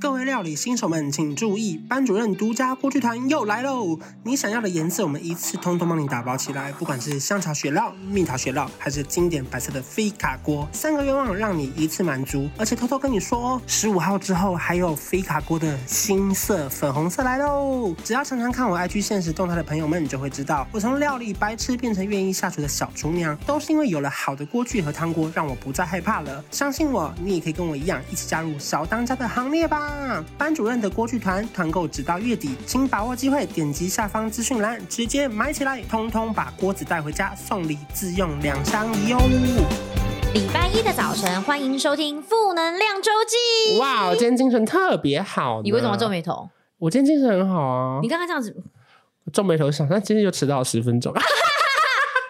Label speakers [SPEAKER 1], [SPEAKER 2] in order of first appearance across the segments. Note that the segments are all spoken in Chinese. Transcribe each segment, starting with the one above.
[SPEAKER 1] 各位料理新手们请注意，班主任独家锅具团又来喽！你想要的颜色，我们一次通通帮你打包起来，不管是香草雪酪、蜜桃雪酪，还是经典白色的菲卡锅，三个愿望让你一次满足。而且偷偷跟你说哦，十五号之后还有菲卡锅的新色粉红色来喽！只要常常看我 IG 现实动态的朋友们，你就会知道，我从料理白痴变成愿意下厨的小厨娘，都是因为有了好的锅具和汤锅，让我不再害怕了。相信我，你也可以跟我一样，一起加入小当家的行列吧！班主任的锅具团团购直到月底，请把握机会，点击下方资讯栏直接买起来，通通把锅子带回家，送礼自用两相宜哦！
[SPEAKER 2] 礼拜一的早晨，欢迎收听《负能量周记》。
[SPEAKER 1] 哇，今天精神特别好。
[SPEAKER 2] 你为什么皱？眉头？
[SPEAKER 1] 我今天精神很好啊
[SPEAKER 2] 你。刚刚这样子，
[SPEAKER 1] 皱眉头想，但今天就迟到十分钟。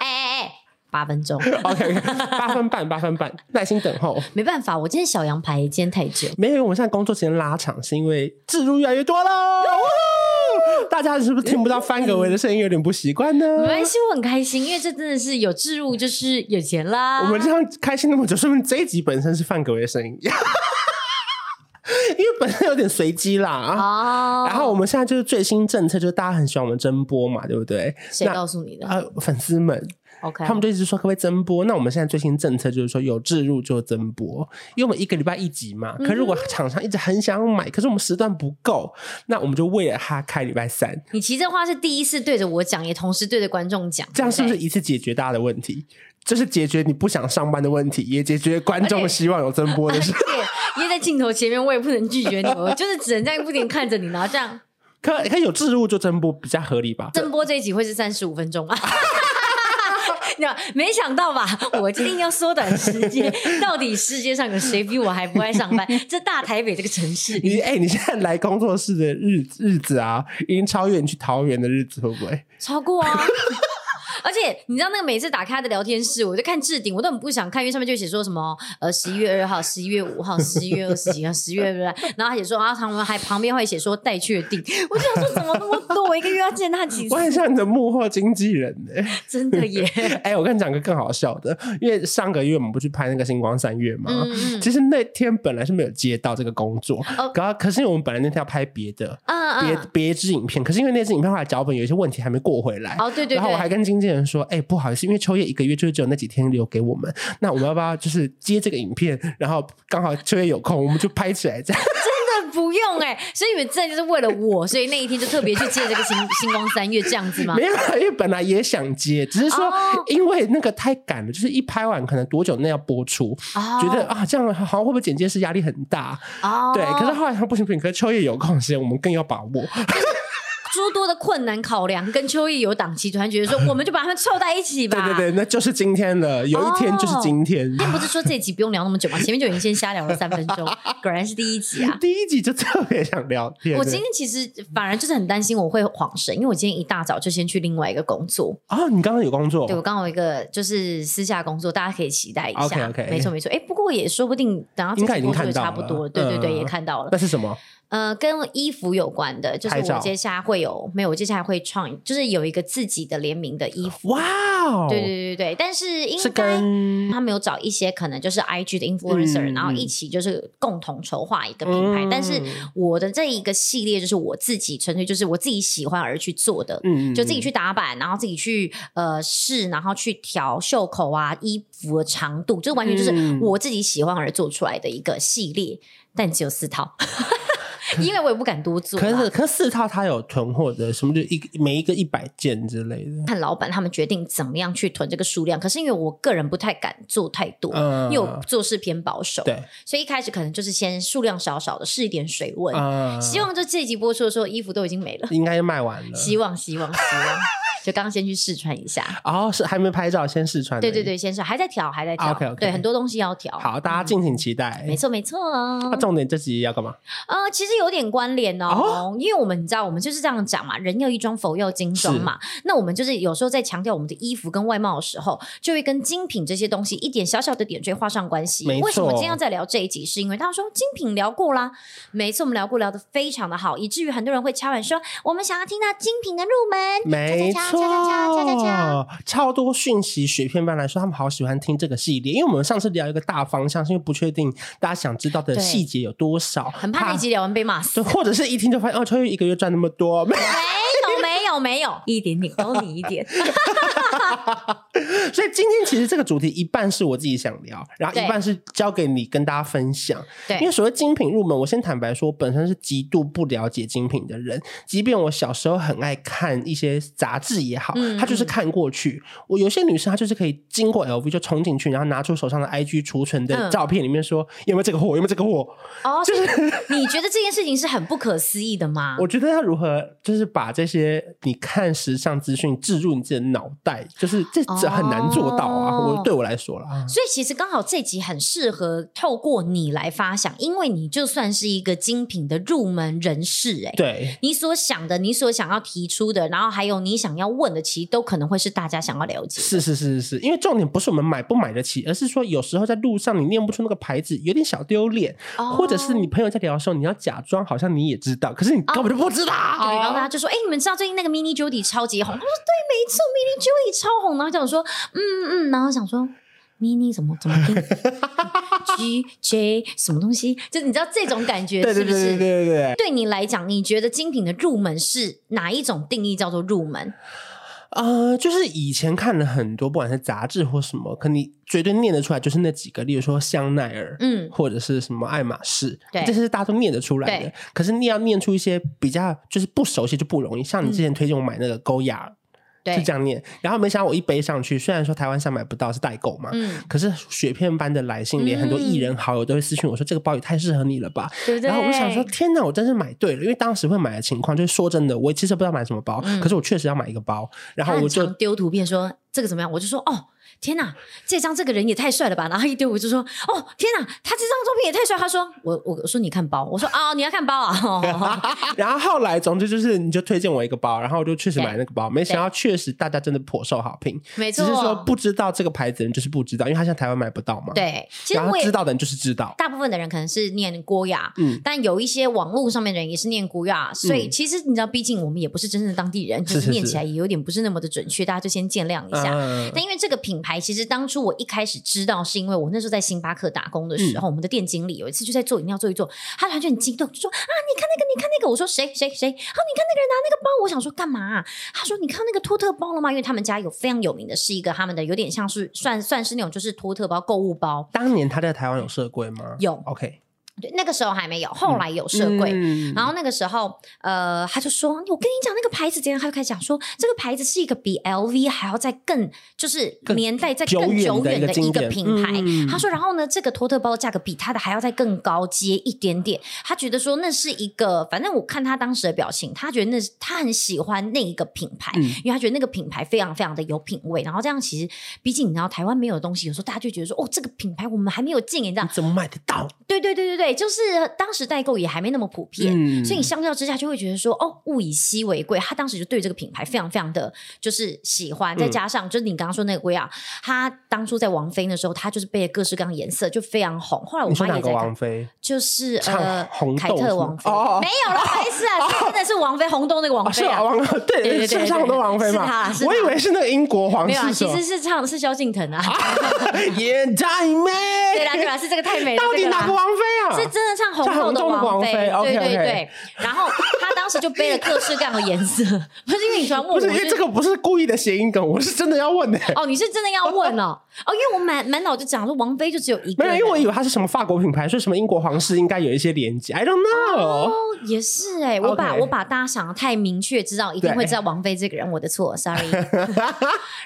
[SPEAKER 2] 哎哎哎，八分钟，
[SPEAKER 1] OK，八分半，八分半，耐心等候。
[SPEAKER 2] 没办法，我今天小羊排今天太久。
[SPEAKER 1] 没有，因为我们现在工作时间拉长，是因为置入越来越多喽。呜大家是不是听不到翻格维的声音，有点不习惯呢？
[SPEAKER 2] 没关系，我很开心，因为这真的是有置入就是有钱啦。
[SPEAKER 1] 我们这样开心那么久，说明这一集本身是范格维的声音，因为本身有点随机啦。啊。
[SPEAKER 2] 哦，
[SPEAKER 1] 然后我们现在就是最新政策，就是大家很喜欢我们增播嘛，对不对？
[SPEAKER 2] 谁告诉你的
[SPEAKER 1] 呃，粉丝们，
[SPEAKER 2] ？OK，
[SPEAKER 1] 他们就一直说可不可以增播？那我们现在最新政策就是说有置入就增播，因为我们一个礼拜一集嘛。可如果厂商一直很想要买，可是我们时段不够，那我们就为了他开礼拜三，
[SPEAKER 2] 你其实这话是第一次对着我讲，也同时对着观众讲，
[SPEAKER 1] 这样是不
[SPEAKER 2] 对
[SPEAKER 1] 是一次解决大家的问题？就是解决你不想上班的问题，也解决观众希望有增播的事。
[SPEAKER 2] 不 对？因为在镜头前面，我也不能拒绝你，我就是只能这样不停看着你，然后这样。
[SPEAKER 1] 可可有置入就增播比较合理吧？
[SPEAKER 2] 正播这一集会是三十五分 钟啊。那没想到吧？我今天要缩短时 间，到底世界上有谁比我还不爱上班？这大台北这个城市里，
[SPEAKER 1] 你哎、你现在来工作室的日日子啊，已经超越你去桃园的日子，会不会？
[SPEAKER 2] 超过啊！ 而且你知道那个每次打开他的聊天室，我就看置顶，我都很不想看，因为上面就写说什么呃十一月二号、十一月五号、十一月二十几号、十月不对，然后他写说啊，他们还旁边会写说待确定，我就想说怎么那么多，我一个月要见他几次
[SPEAKER 1] 我，很像你的幕后经纪人欸呢、
[SPEAKER 2] 真的耶！
[SPEAKER 1] 哎、我跟你讲个更好笑的，因为上个月我们不去拍那个星光三月嘛，
[SPEAKER 2] 嗯嗯
[SPEAKER 1] 其实那天本来是没有接到这个工作，
[SPEAKER 2] 哦
[SPEAKER 1] 可可是因为我们本来那天要拍别的。
[SPEAKER 2] 嗯
[SPEAKER 1] 别
[SPEAKER 2] 嗯，
[SPEAKER 1] 别支影片，可是因为那支影片后来脚本有一些问题还没过回来，
[SPEAKER 2] 哦对对
[SPEAKER 1] 然后我还
[SPEAKER 2] 对，
[SPEAKER 1] 跟经纪人说，哎、不好意思，因为秋叶一个月就是只有那几天留给我们，那我们要不要就是接这个影片，然后刚好秋叶有空，我们就拍起来这样。
[SPEAKER 2] 真的不用哎、所以你们真的就是为了我，所以那一天就特别去借这个星星光三月这样子吗
[SPEAKER 1] 没？有，因为本来也想接，只是说
[SPEAKER 2] 啊哦
[SPEAKER 1] 因为那个太赶了，就是一拍完可能多久内要播出，
[SPEAKER 2] 哦
[SPEAKER 1] 觉得啊这样好像会不会剪接师压力很大？
[SPEAKER 2] 哦，
[SPEAKER 1] 对，可是后来他说不行不行，可是秋叶有空的时间，我们更要把握。
[SPEAKER 2] 诸多的困难考量，跟秋叶有档期，突然觉得 说，我们就把他们凑在一起吧。
[SPEAKER 1] 对对对，那就是今天了，有一天就是今天。
[SPEAKER 2] 今天哦哎不是说这一集不用聊那么久吗？前面就已经先瞎聊了三分钟，果然是第一集啊。
[SPEAKER 1] 第一集就特别想聊天，
[SPEAKER 2] 我今天其实反而就是很担心我会晃神，因为我今天一大早就先去另外一个工作，
[SPEAKER 1] 啊，你刚刚有工作
[SPEAKER 2] 对我刚好有一个就是私下工作，大家可以期待一下。
[SPEAKER 1] OK，OK
[SPEAKER 2] 没错没错。哎，不过也说不定等到这
[SPEAKER 1] 应该
[SPEAKER 2] 个
[SPEAKER 1] 已经
[SPEAKER 2] 工作
[SPEAKER 1] 看
[SPEAKER 2] 也
[SPEAKER 1] 到
[SPEAKER 2] 差不多
[SPEAKER 1] 了
[SPEAKER 2] 了，对对对，
[SPEAKER 1] 嗯
[SPEAKER 2] 也看到了
[SPEAKER 1] 那。是什么？
[SPEAKER 2] 呃，跟衣服有关的，就是
[SPEAKER 1] 拍照
[SPEAKER 2] 我接下来会有没有？我接下来会创，就是有一个自己的联名的衣服。
[SPEAKER 1] 哇哦，
[SPEAKER 2] 对对对对，但是应
[SPEAKER 1] 是
[SPEAKER 2] 该
[SPEAKER 1] 跟
[SPEAKER 2] 他们有找一些可能就是 IG 的 influencer，、
[SPEAKER 1] 嗯
[SPEAKER 2] 然后一起就是共同筹划一个品牌。
[SPEAKER 1] 嗯
[SPEAKER 2] 但是我的这一个系列就是我自己纯粹就是我自己喜欢而去做的。
[SPEAKER 1] 嗯
[SPEAKER 2] 就自己去打版，然后自己去呃试，然后去调袖口啊、衣服的长度，就完全就是
[SPEAKER 1] 嗯
[SPEAKER 2] 我自己喜欢而做出来的一个系列，但只有 四套，因为我也不敢多做啦。啊
[SPEAKER 1] 可是可是四套它有囤货的，什么就一每一个一百件之类的。
[SPEAKER 2] 看老板他们决定怎么样去囤这个数量，可是因为我个人不太敢做太多，
[SPEAKER 1] 嗯
[SPEAKER 2] 因为我做事偏保守，
[SPEAKER 1] 对，
[SPEAKER 2] 所以一开始可能就是先数量少少的试一点水温，
[SPEAKER 1] 啊，
[SPEAKER 2] 希望就这一集播出的时候衣服都已经没了，
[SPEAKER 1] 应该卖完了。
[SPEAKER 2] 希望希望希望，就刚先去试穿一下，
[SPEAKER 1] 哦，是还没拍照，先试穿。
[SPEAKER 2] 对对。对，先生还在调，还在调。
[SPEAKER 1] 啊 OK，OK
[SPEAKER 2] 对，很多东西要调。
[SPEAKER 1] 好，大家敬请期待。
[SPEAKER 2] 嗯没错没错哦
[SPEAKER 1] 那，重点这集要干嘛？
[SPEAKER 2] 呃，其实有点关联哦，
[SPEAKER 1] 哦
[SPEAKER 2] 因为我们你知道，我们就是这样讲嘛，人要衣装，佛要金装嘛。那我们就是有时候在强调我们的衣服跟外貌的时候，就会跟精品这些东西一点小小的点缀画上关系。
[SPEAKER 1] 没错
[SPEAKER 2] 为什么今天要再聊这一集？是因为他说精品聊过啦，每次我们聊过，聊得非常的好，以至于很多人会敲碗说，我们想要听到精品的入门。
[SPEAKER 1] 没
[SPEAKER 2] 恰恰恰
[SPEAKER 1] 错，超多讯息。雪片般来说，他们好喜欢听这个系列，因为我们上次聊一个大方向，是因为不确定大家想知道的
[SPEAKER 2] 对
[SPEAKER 1] 细节有多少，
[SPEAKER 2] 很怕那集聊完被骂 死
[SPEAKER 1] 对，。或者是一听就发现哦，秋玉一个月赚那么多，
[SPEAKER 2] 没有没有没有，一点点都你一 点。
[SPEAKER 1] 所以今天其实这个主题一半是我自己想聊，然后
[SPEAKER 2] 对
[SPEAKER 1] 一半是交给你跟大家分享。
[SPEAKER 2] 对
[SPEAKER 1] 因为所谓精品入门，我先坦白说，我本身是极度不了解精品的人。即便我小时候很爱看一些杂志也好，
[SPEAKER 2] 嗯
[SPEAKER 1] 他就是看过去。我有些女生她就是可以经过 LV 就冲进去，然后拿出手上的 IG 储存的
[SPEAKER 2] 嗯
[SPEAKER 1] 照片里面说、有没有这个货，有没有这个货。
[SPEAKER 2] 哦，所以你觉得这件事情是很不可思议的吗？
[SPEAKER 1] 我觉得要如何就是把这些你看时尚资讯置入你自己的脑袋，就是这这很难做到啊。
[SPEAKER 2] 哦
[SPEAKER 1] 我对我来说啦，
[SPEAKER 2] 所以其实刚好这集很适合透过你来发想，因为你就算是一个精品的入门人士、哎，
[SPEAKER 1] 对。
[SPEAKER 2] 你所想的，你所想要提出的，然后还有你想要问的，其实都可能会是大家想要了解的。
[SPEAKER 1] 是是是是是，因为重点不是我们买不买得起，而是说有时候在路上你念不出那个牌子，有点小丢脸，
[SPEAKER 2] 哦
[SPEAKER 1] 或者是你朋友在聊的时候，你要假装好像你也知道，可是你根本就不知道。
[SPEAKER 2] 哦对，然后大家就说：“哎、你们知道最近那个 Mini Jody 超级红？”他说：“对，没错，Mini Jody 超红。”然后想说：“嗯嗯。”然后想说：“Mini 怎么怎么拼？G J 什么东西？”就你知道这种感觉
[SPEAKER 1] 对
[SPEAKER 2] 是
[SPEAKER 1] 对
[SPEAKER 2] 不
[SPEAKER 1] 对
[SPEAKER 2] 是？
[SPEAKER 1] 对对对对。
[SPEAKER 2] 对你来讲，你觉得精品的入门是哪一种定义叫做入门？
[SPEAKER 1] 呃，就是以前看了很多，不管是杂志或什么，可你绝对念得出来，就是那几个，例如说香奈儿，
[SPEAKER 2] 嗯
[SPEAKER 1] 或者是什么爱马仕，
[SPEAKER 2] 对
[SPEAKER 1] 这些大家都念得出来的
[SPEAKER 2] 对。
[SPEAKER 1] 可是你要念出一些比较就是不熟悉就不容易，像你
[SPEAKER 2] 嗯
[SPEAKER 1] 之前推荐我买那个勾雅，
[SPEAKER 2] 对
[SPEAKER 1] 是这样念，然后没想到我一背上去，虽然说台湾上买不到是代购嘛，
[SPEAKER 2] 嗯，
[SPEAKER 1] 可是雪片般的来信，连很多艺人好友都会私信我说：“这个包也太适合你了吧
[SPEAKER 2] 对不？”对？
[SPEAKER 1] 然后我就想说：“天哪，我真是买对了！”因为当时会买的情况就是，说真的，我其实不知道买什么包，
[SPEAKER 2] 嗯
[SPEAKER 1] 可是我确实要买一个包，然
[SPEAKER 2] 他
[SPEAKER 1] 后
[SPEAKER 2] 很
[SPEAKER 1] 我就
[SPEAKER 2] 常丢图片说这个怎么样，我就说哦。天呐，这张这个人也太帅了吧！然后一丢，我就说，哦，天呐，他这张照片也太帅。他说，我我我说你看包，我说啊、你要看包啊。 哦
[SPEAKER 1] 然后后来，总之就是你就推荐我一个包，然后我就确实买那个包，没想到确实大家真的颇受好评，
[SPEAKER 2] 没
[SPEAKER 1] 只
[SPEAKER 2] 错，
[SPEAKER 1] 是说不知道这个牌子的人就是不知道，因为他现在台湾买不到嘛。，
[SPEAKER 2] 对。其实
[SPEAKER 1] 然后
[SPEAKER 2] 我也
[SPEAKER 1] 知道的人就是知道，
[SPEAKER 2] 大部分的人可能是念郭雅，
[SPEAKER 1] 嗯。
[SPEAKER 2] 但有一些网络上面的人也是念古雅，所以其实你知道，毕竟我们也不是真正的当地人，
[SPEAKER 1] 是
[SPEAKER 2] 就是念
[SPEAKER 1] 是
[SPEAKER 2] 起来也有点不是那么的准确，大家就先见谅一下。
[SPEAKER 1] 嗯
[SPEAKER 2] 但因为这个品牌，其实当初我一开始知道，是因为我那时候在星巴克打工的时候，我们的店经理有一次就在做饮料做一做，他突然就很激动，就说啊，你看那个，你看那个，我说谁谁谁，哦，你看那个人拿那个包，我想说干嘛啊、他说你看那个托特包了吗？因为他们家有非常有名的是一个他们的有点像是算算是那种就是托特包购物包，
[SPEAKER 1] 当年他在台湾有社柜吗？
[SPEAKER 2] 有
[SPEAKER 1] OK，
[SPEAKER 2] 对，那个时候还没有，后来有社柜。
[SPEAKER 1] 嗯
[SPEAKER 2] 然后那个时候，呃，他就说：“我跟你讲，那个牌子怎样？”他就开始讲说，这个牌子是一个比 LV 还要再更，就是
[SPEAKER 1] 更
[SPEAKER 2] 年代再更久
[SPEAKER 1] 久远的一
[SPEAKER 2] 远
[SPEAKER 1] 个
[SPEAKER 2] 的
[SPEAKER 1] 经
[SPEAKER 2] 一个
[SPEAKER 1] 典
[SPEAKER 2] 品牌。
[SPEAKER 1] 嗯
[SPEAKER 2] 他说，然后呢，这个托特包的价格比他的还要再更高阶一点点。他觉得说那是一个，反正我看他当时的表情，他觉得那是他很喜欢那一个品牌，
[SPEAKER 1] 嗯
[SPEAKER 2] 因为他觉得那个品牌非常非常的有品味。然后这样其实，毕竟你知道台湾没有的东西，有时候大家就觉得说，哦，这个品牌我们还没有进，你知道
[SPEAKER 1] 你？怎么买得到？
[SPEAKER 2] 对对对对对，就是当时代购也还没那么普遍。
[SPEAKER 1] 嗯
[SPEAKER 2] 所以你相较之下就会觉得说，哦，物以稀为贵。他当时就对这个品牌非常非常的就是喜欢，
[SPEAKER 1] 嗯
[SPEAKER 2] 再加上就是你刚刚说那个薇娅，她当初在王菲的时候，她就是被各式各样颜色就非常红。后来我
[SPEAKER 1] 你说
[SPEAKER 2] 妈
[SPEAKER 1] 哪
[SPEAKER 2] 也
[SPEAKER 1] 个
[SPEAKER 2] 在
[SPEAKER 1] 王
[SPEAKER 2] 看，
[SPEAKER 1] 菲？
[SPEAKER 2] 就是
[SPEAKER 1] 唱
[SPEAKER 2] 呃
[SPEAKER 1] 红豆
[SPEAKER 2] 凯
[SPEAKER 1] 是吗
[SPEAKER 2] 特王妃，
[SPEAKER 1] 哦哦哦
[SPEAKER 2] 没有了，没事啊，是真的是王菲红豆那个王
[SPEAKER 1] 哦，是
[SPEAKER 2] 菲啊。
[SPEAKER 1] 王菲，对
[SPEAKER 2] 对对对
[SPEAKER 1] 是唱的王菲
[SPEAKER 2] 是她
[SPEAKER 1] 嘛
[SPEAKER 2] 啦是？她
[SPEAKER 1] 我以为是那个英国皇
[SPEAKER 2] 没有啊，
[SPEAKER 1] 室
[SPEAKER 2] 其
[SPEAKER 1] 什么
[SPEAKER 2] 实是唱是萧敬腾啊，
[SPEAKER 1] 哎 也太美。
[SPEAKER 2] 对啦对啦，是这个太美了，
[SPEAKER 1] 到
[SPEAKER 2] 这
[SPEAKER 1] 底
[SPEAKER 2] 个啦
[SPEAKER 1] 哪个王菲啊？
[SPEAKER 2] 是真的唱红豆的
[SPEAKER 1] 唱红豆的王
[SPEAKER 2] 王
[SPEAKER 1] 妃
[SPEAKER 2] 妃，
[SPEAKER 1] OK，OK
[SPEAKER 2] 对对对。然后他当时就背了各式各样的颜色，不是因为你喜欢问我，
[SPEAKER 1] 不是因
[SPEAKER 2] 我
[SPEAKER 1] 为
[SPEAKER 2] 就
[SPEAKER 1] 这个不是故意的谐音梗，我是真的要问的。
[SPEAKER 2] 哦，你是真的要问哦？哦，因为我满满脑就讲说王菲就只有一 个
[SPEAKER 1] 没有，
[SPEAKER 2] 人，
[SPEAKER 1] 因为我以为它是什么法国品牌，所以什么英国皇室应该有一些连接。I don't know，
[SPEAKER 2] 哦，也是哎、我把
[SPEAKER 1] OK
[SPEAKER 2] 我把大家想的太明确，知道一定
[SPEAKER 1] 对
[SPEAKER 2] 会知道王菲这个人，我的错，sorry。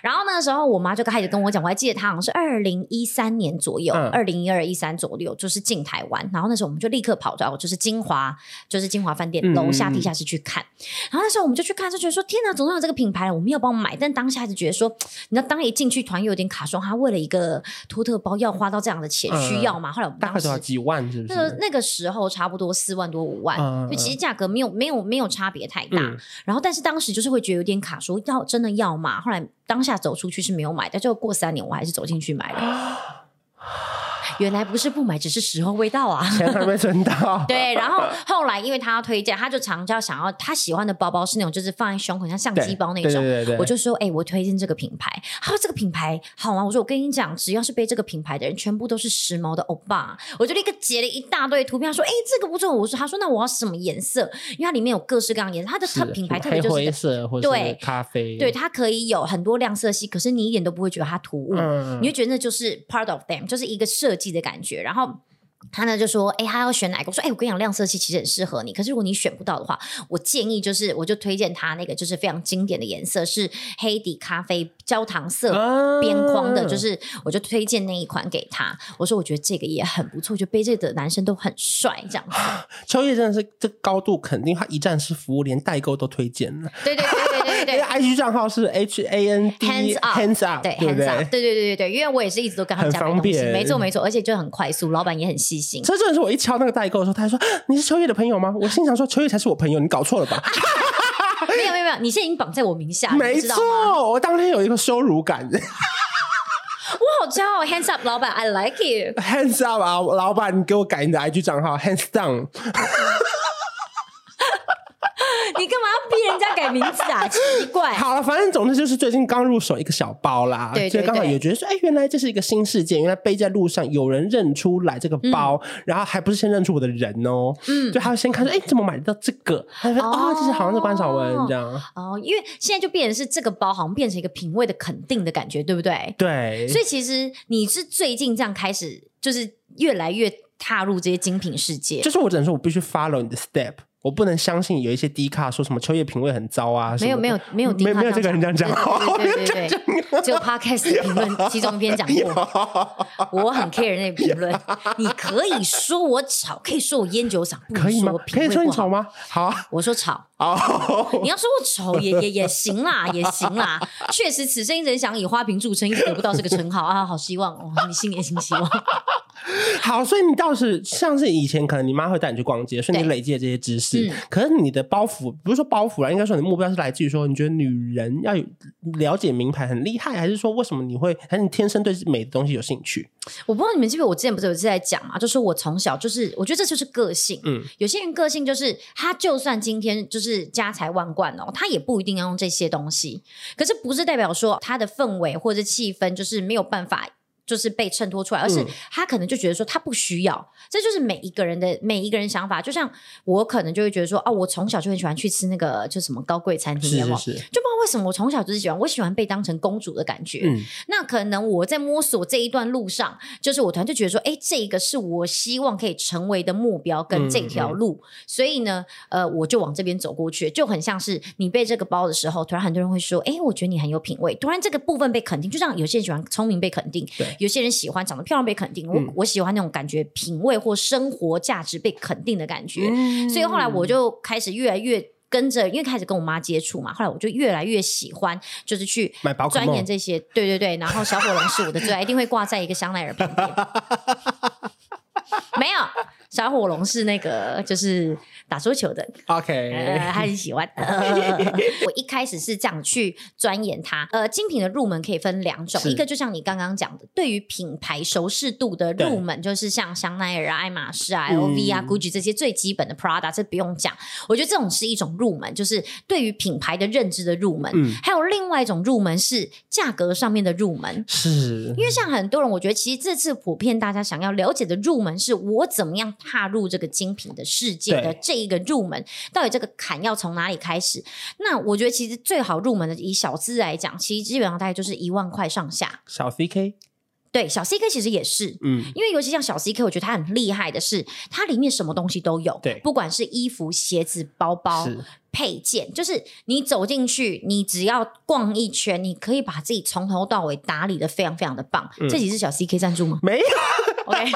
[SPEAKER 2] 然后那个时候我妈就开始跟我讲，我还记得她好像是二零一三年左右，
[SPEAKER 1] 嗯
[SPEAKER 2] 二零一二一三左右就是进台湾，然后那时候我们就立刻跑到就是金华，就是金华饭
[SPEAKER 1] 嗯
[SPEAKER 2] 店楼下
[SPEAKER 1] 嗯嗯
[SPEAKER 2] 地下室去看。然后那时候我们就去看，就觉得说天哪，总算有这个品牌了，我们要帮我们买。但当下就觉得说，你知道，当一进去团友有点卡说，他为了一个托特包要花到这样的钱，
[SPEAKER 1] 嗯
[SPEAKER 2] 需要吗？后来我们
[SPEAKER 1] 大
[SPEAKER 2] 当
[SPEAKER 1] 概
[SPEAKER 2] 时
[SPEAKER 1] 多少几万，是不
[SPEAKER 2] 那个
[SPEAKER 1] 是？
[SPEAKER 2] 那个时候差不多四万多五万，
[SPEAKER 1] 嗯
[SPEAKER 2] 就其实价格没有没有没有差别太大。
[SPEAKER 1] 嗯
[SPEAKER 2] 然后但是当时就是会觉得有点卡，说要真的要嘛。 后来当下走出去是没有买，但就过三年我还是走进去买了。原来不是不买，只是时候未到啊。，
[SPEAKER 1] 钱还没存到
[SPEAKER 2] 对，然 后后来因为他要推荐，他就常常想要他喜欢的包包是那种就是放在胸口像相
[SPEAKER 1] 对，
[SPEAKER 2] 机包那
[SPEAKER 1] 对
[SPEAKER 2] 种。
[SPEAKER 1] 对对对，
[SPEAKER 2] 我就说，哎、我推荐这个品牌。他说这个品牌好玩。我说我跟你讲，只要是背这个品牌的人，全部都是时髦的欧巴。我就立刻截了一大堆图片。他说，哎、这个不错。我说，他说那我要什么颜色？因为它里面有各式各样的颜色，它的
[SPEAKER 1] 是
[SPEAKER 2] 特品牌特
[SPEAKER 1] 黑
[SPEAKER 2] 别就是
[SPEAKER 1] 灰色或者是
[SPEAKER 2] 对
[SPEAKER 1] 咖啡，
[SPEAKER 2] 对，它可以有很多亮色系，可是你一点都不会觉得它突兀，
[SPEAKER 1] 嗯
[SPEAKER 2] 你会觉得那就是 part of them，就是一个设计的感觉。然后。他呢就说：“哎、他要选哪个？”我说：“哎、我跟你讲，亮色系其实很适合你。可是如果你选不到的话，我建议就是，我就推荐他那个就是非常经典的颜色是黑底咖啡焦糖色
[SPEAKER 1] 啊
[SPEAKER 2] 边框的，就是我就推荐那一款给他。我说我觉得这个也很不错，就背这个的男生都很帅，这样子。
[SPEAKER 3] 秋叶真的是这个高度肯定，他一站式服务连代购都推荐了。
[SPEAKER 2] 对对对对对
[SPEAKER 1] 因为
[SPEAKER 2] 对。”
[SPEAKER 1] ，IG 账号是 H A N D
[SPEAKER 2] Hands up，
[SPEAKER 1] hands up，
[SPEAKER 2] 对
[SPEAKER 1] 不
[SPEAKER 2] ，hands up，对对对对对，因为我也是一直都跟他们
[SPEAKER 1] 很
[SPEAKER 2] 讲
[SPEAKER 1] 方
[SPEAKER 2] 买东西，
[SPEAKER 1] 便
[SPEAKER 2] 没错没错，而且就很快速，老板也很 细心。
[SPEAKER 1] 这真的是我一敲那个代购的时候，他还说啊你是秋叶的朋友吗？我心想说秋叶才是我朋友，你搞错了吧？
[SPEAKER 2] 没有没有没有，你现在已经绑在我 名下，啊你
[SPEAKER 1] 没
[SPEAKER 2] 知道吗？
[SPEAKER 1] 错，我当天有一个羞辱感
[SPEAKER 2] 我好骄傲，hands up，老板，I like you。
[SPEAKER 1] ，hands up 啊，老板，你给我改你的 IG 账号，hands down，
[SPEAKER 2] 你干嘛要逼人家改名字啊？奇怪，
[SPEAKER 1] 好了，反正总之就是最近刚入手一个小包啦，
[SPEAKER 2] 对对
[SPEAKER 1] 所以刚好
[SPEAKER 2] 对
[SPEAKER 1] 也觉得说，哎、原来这是一个新事件，原来背在路上有人认出来这个包，然后还不是先认出我的人哦、嗯，就他先看说，哎、怎么买得到这个？他就说，哦，
[SPEAKER 2] 哦
[SPEAKER 1] 这是好像是关晓雯这样，
[SPEAKER 2] 哦，因为现在就变成是这个包好像变成一个品味的肯定的感觉，对不对？
[SPEAKER 1] 对，
[SPEAKER 2] 所以其实你是最近这样开始，就是越来越踏入这些精品世界
[SPEAKER 1] 就。是我只能说我必须 follow 你的 step，我不能相信有一些低卡说什么秋叶品味很糟啊，什
[SPEAKER 2] 没
[SPEAKER 1] 么
[SPEAKER 2] 有
[SPEAKER 1] 的
[SPEAKER 2] 没有没有，
[SPEAKER 1] 没没有这个人这样讲，
[SPEAKER 2] 对 对对对对对，只有 podcast 的评论其中一篇讲过。 我很 care 那评论，你可以说我吵，可以说我烟酒嗓，不能
[SPEAKER 1] 可以
[SPEAKER 2] 说
[SPEAKER 1] 吗
[SPEAKER 2] 我？
[SPEAKER 1] 可
[SPEAKER 2] 品
[SPEAKER 1] 以
[SPEAKER 2] 味
[SPEAKER 1] 说你
[SPEAKER 2] 不好
[SPEAKER 1] 丑？吗？好啊，
[SPEAKER 2] 我说吵，
[SPEAKER 1] 哦，
[SPEAKER 2] 你要说我丑也也也行啦，也行啦。确实，此生一人想以花瓶著称，一直得不到这个称号啊，好希望哦，你新年新希望。
[SPEAKER 1] 好，所以你倒是像是以前可能你妈会带你去逛街，所以你
[SPEAKER 2] 对
[SPEAKER 1] 累积了这些知识，
[SPEAKER 2] 嗯
[SPEAKER 1] 可是你的包袱不是说包袱啦，应该说你的目标是来自于说你觉得女人要有了解名牌很厉害，还是说为什么你会，还是你天生对美的东西有兴趣？
[SPEAKER 2] 我不知道你们记不记得，我之前不是有一次在讲嘛，就说我从小就是，我觉得这就是个性。
[SPEAKER 1] 嗯
[SPEAKER 2] 嗯，有些人个性就是，他就算今天就是家财万贯哦，他也不一定要用这些东西。可是不是代表说他的氛围或者气氛就是没有办法。就是被衬托出来，而是
[SPEAKER 1] 嗯
[SPEAKER 2] 他可能就觉得说他不需要，这就是每一个人的每一个人想法。就像我可能就会觉得说，哦，我从小就很喜欢去吃那个就什么高贵餐厅，
[SPEAKER 1] 是
[SPEAKER 2] 有没
[SPEAKER 1] 是
[SPEAKER 2] 有
[SPEAKER 1] 是，
[SPEAKER 2] 就不知道为什么我从小就是喜欢，我喜欢被当成公主的感觉。
[SPEAKER 1] 嗯，
[SPEAKER 2] 那可能我在摸索这一段路上，就是我突然就觉得说，哎，这个是我希望可以成为的目标跟
[SPEAKER 1] 嗯
[SPEAKER 2] 这条路，所以呢，呃，我就往这边走过去，就很像是你背这个包的时候，突然很多人会说，哎，我觉得你很有品味，突然这个部分被肯定，就像有些人喜欢聪明被肯定
[SPEAKER 1] 对，
[SPEAKER 2] 有些人喜欢长得漂亮被肯定，我、
[SPEAKER 1] 嗯
[SPEAKER 2] 我喜欢那种感觉品味或生活价值被肯定的感觉，
[SPEAKER 1] 嗯
[SPEAKER 2] 所以后来我就开始越来越。跟着，因为开始跟我妈接触嘛，后来我就越来越喜欢，就是去
[SPEAKER 1] 买宝可
[SPEAKER 2] 钻
[SPEAKER 1] 梦
[SPEAKER 2] 研这些，对对对。然后小火龙是我的最爱，一定会挂在一个香奈 儿旁边。没有，小火龙是那个就是打桌球的，呃，
[SPEAKER 1] OK，
[SPEAKER 2] 他很喜欢。 我一开始是这样去钻研它。呃，精品的入门可以分两种，
[SPEAKER 1] 是
[SPEAKER 2] 一个就像你刚刚讲的，对于品牌熟视度的入门，就是像香奈儿啊、爱马仕啊、
[SPEAKER 1] 嗯
[SPEAKER 2] LV 啊、GUCCI 这些最基本的 Prada，这不用讲。我觉得这种是一种入门，就是对于品牌的认知的入门。
[SPEAKER 1] 嗯
[SPEAKER 2] 还有另外一种入门是价格上面的入 门。
[SPEAKER 1] 是
[SPEAKER 2] 因为像很多人，我觉得其实这次普遍大家想要了解的入门是我怎么样踏入这个精品的世界的
[SPEAKER 1] 对
[SPEAKER 2] 这一个入门，到底这个坎要从哪里开始？那我觉得其实最好入门的，以小资来讲，其实基本上大概就是一万块上下。
[SPEAKER 1] 小 CK，
[SPEAKER 2] 对，小 C K 其实也是。
[SPEAKER 1] 嗯，
[SPEAKER 2] 因为尤其像小 CK，我觉得它很厉害的是，它里面什么东西都有，
[SPEAKER 1] 对
[SPEAKER 2] 不管是衣服、鞋子、包包、
[SPEAKER 1] 是
[SPEAKER 2] 配件，就是你走进去，你只要逛一圈，你可以把自己从头到尾打理的非常非常的棒。
[SPEAKER 1] 嗯
[SPEAKER 2] 这集是小 CK 赞 助吗
[SPEAKER 1] 没有，
[SPEAKER 2] ？OK，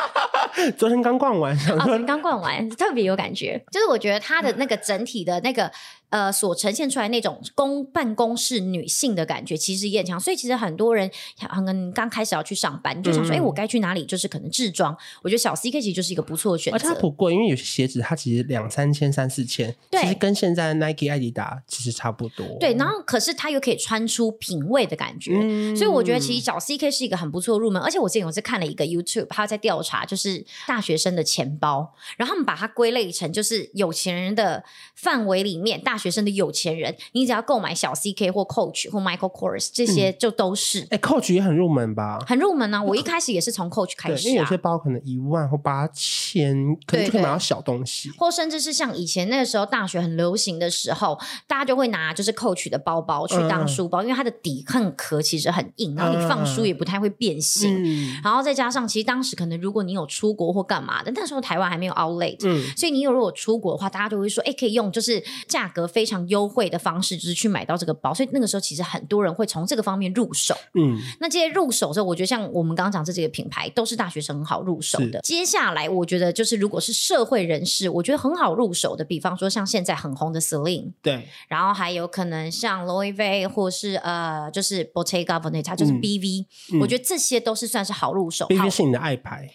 [SPEAKER 1] 昨天刚逛完，想
[SPEAKER 2] 哦，
[SPEAKER 1] 说
[SPEAKER 2] 刚逛完特别有感觉，就是我觉得它的那个整体的那个。
[SPEAKER 1] 嗯
[SPEAKER 2] 呃所呈现出来那种公办公室女性的感觉，其实也很强。所以其实很多人很很刚开始要去上班，就想
[SPEAKER 1] 嗯
[SPEAKER 2] 说，哎、我该去哪里？就是可能制装，我觉得小 C K 其实就是一个不错的选
[SPEAKER 1] 而且哦它
[SPEAKER 2] 择。
[SPEAKER 1] 不贵，因为有些鞋子它其实两三千、三四千，
[SPEAKER 2] 对
[SPEAKER 1] 其实跟现在的 Nike、艾迪达其实差不多。
[SPEAKER 2] 对，然后可是它又可以穿出品味的感觉，
[SPEAKER 1] 嗯
[SPEAKER 2] 所以我觉得其实找 CK 是一个很不错的入门，而且我之前有次看了一个 YouTube，他在调查就是大学生的钱包，然后他们把它归类成就是有钱人的范围里面，大学生的有钱人，你只要购买小 CK 或 Coach 或 Michael Kors 这些就都是、
[SPEAKER 1] 哎、c o a c h 也很入门吧？
[SPEAKER 2] 很入门呢、啊我一开始也是从 Coach
[SPEAKER 1] 对
[SPEAKER 2] 开，始
[SPEAKER 1] 因为有
[SPEAKER 2] 啊
[SPEAKER 1] 些。包可能一万或八千，可能
[SPEAKER 2] 对
[SPEAKER 1] 就可以买
[SPEAKER 2] 对
[SPEAKER 1] 到小东西。
[SPEAKER 2] 或甚至是像以前那个时候大学很流行的时候，大家就会拿就是 Coach 的包包去当
[SPEAKER 1] 嗯
[SPEAKER 2] 书包，因为它的底很壳其实很硬，然后你放书也不太会变形。
[SPEAKER 1] 嗯
[SPEAKER 2] 然后再加上，其实当时可能如果你有出国或干嘛的，那时候台湾还没有 outlet，、
[SPEAKER 1] 嗯，
[SPEAKER 2] 所以你有如果出国的话，大家就会说，哎，可以用就是价格非常优惠的方式，就是去买到这个包。所以那个时候其实很多人会从这个方面入手。
[SPEAKER 1] 嗯，
[SPEAKER 2] 那这些入手之后，我觉得像我们刚刚讲这几个品牌，都是大学生很好入手的
[SPEAKER 1] 是。
[SPEAKER 2] 接下来我觉得就是如果是社会人士，我觉得很好入手的，比方说像现在很红的 Celine，
[SPEAKER 1] 对，
[SPEAKER 2] 然后还有可能像 Louis V 或是呃就是 Bottega Veneta，就是
[SPEAKER 1] 嗯
[SPEAKER 2] BV，、
[SPEAKER 1] 嗯
[SPEAKER 2] 我觉得这些都是算是好入手。
[SPEAKER 1] 毕
[SPEAKER 2] 好
[SPEAKER 1] 竟是你的爱牌。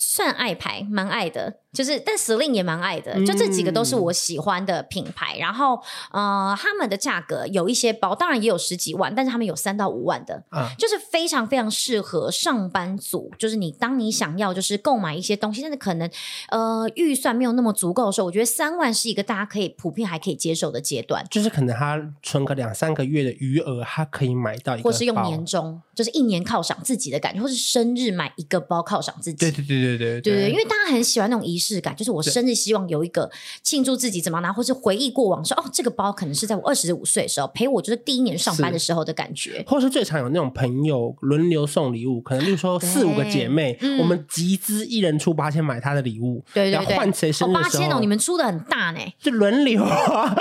[SPEAKER 2] 算爱牌，蛮爱的，就是但 Celine 也蛮爱的，
[SPEAKER 1] 嗯
[SPEAKER 2] 就这几个都是我喜欢的品牌。然后呃，他们的价格有一些包，当然也有十几万，但是他们有三到五万的。
[SPEAKER 1] 啊，
[SPEAKER 2] 就是非常非常适合上班族，就是你当你想要就是购买一些东西，但是可能呃预算没有那么足够的时候，我觉得三万是一个大家可以普遍还可以接受的阶段，
[SPEAKER 1] 就是可能他存个两三个月的余额，他可以买到一个包，
[SPEAKER 2] 或是用年终，就是一年犒赏自己的感觉，或是生日买一个包犒赏自己。
[SPEAKER 1] 对对对对对
[SPEAKER 2] 对对，
[SPEAKER 1] 对，
[SPEAKER 2] 因为大家很喜欢那种仪式感，就是我生日希望有一个庆祝自己怎么拿，或是回忆过往说，哦，这个包可能是在我二十五岁的时候陪我，就是第一年上班的时候的感觉。
[SPEAKER 1] 或是最常有那种朋友轮流送礼物，可能例如说四五个姐妹，
[SPEAKER 2] 嗯
[SPEAKER 1] 我们集资一人出八千买她的礼物，
[SPEAKER 2] 对对
[SPEAKER 1] 然后
[SPEAKER 2] 对，
[SPEAKER 1] 换谁生
[SPEAKER 2] 哦
[SPEAKER 1] 日的
[SPEAKER 2] 八
[SPEAKER 1] 时候，
[SPEAKER 2] 千哦，你们出的很大呢。
[SPEAKER 1] 就轮流 啊。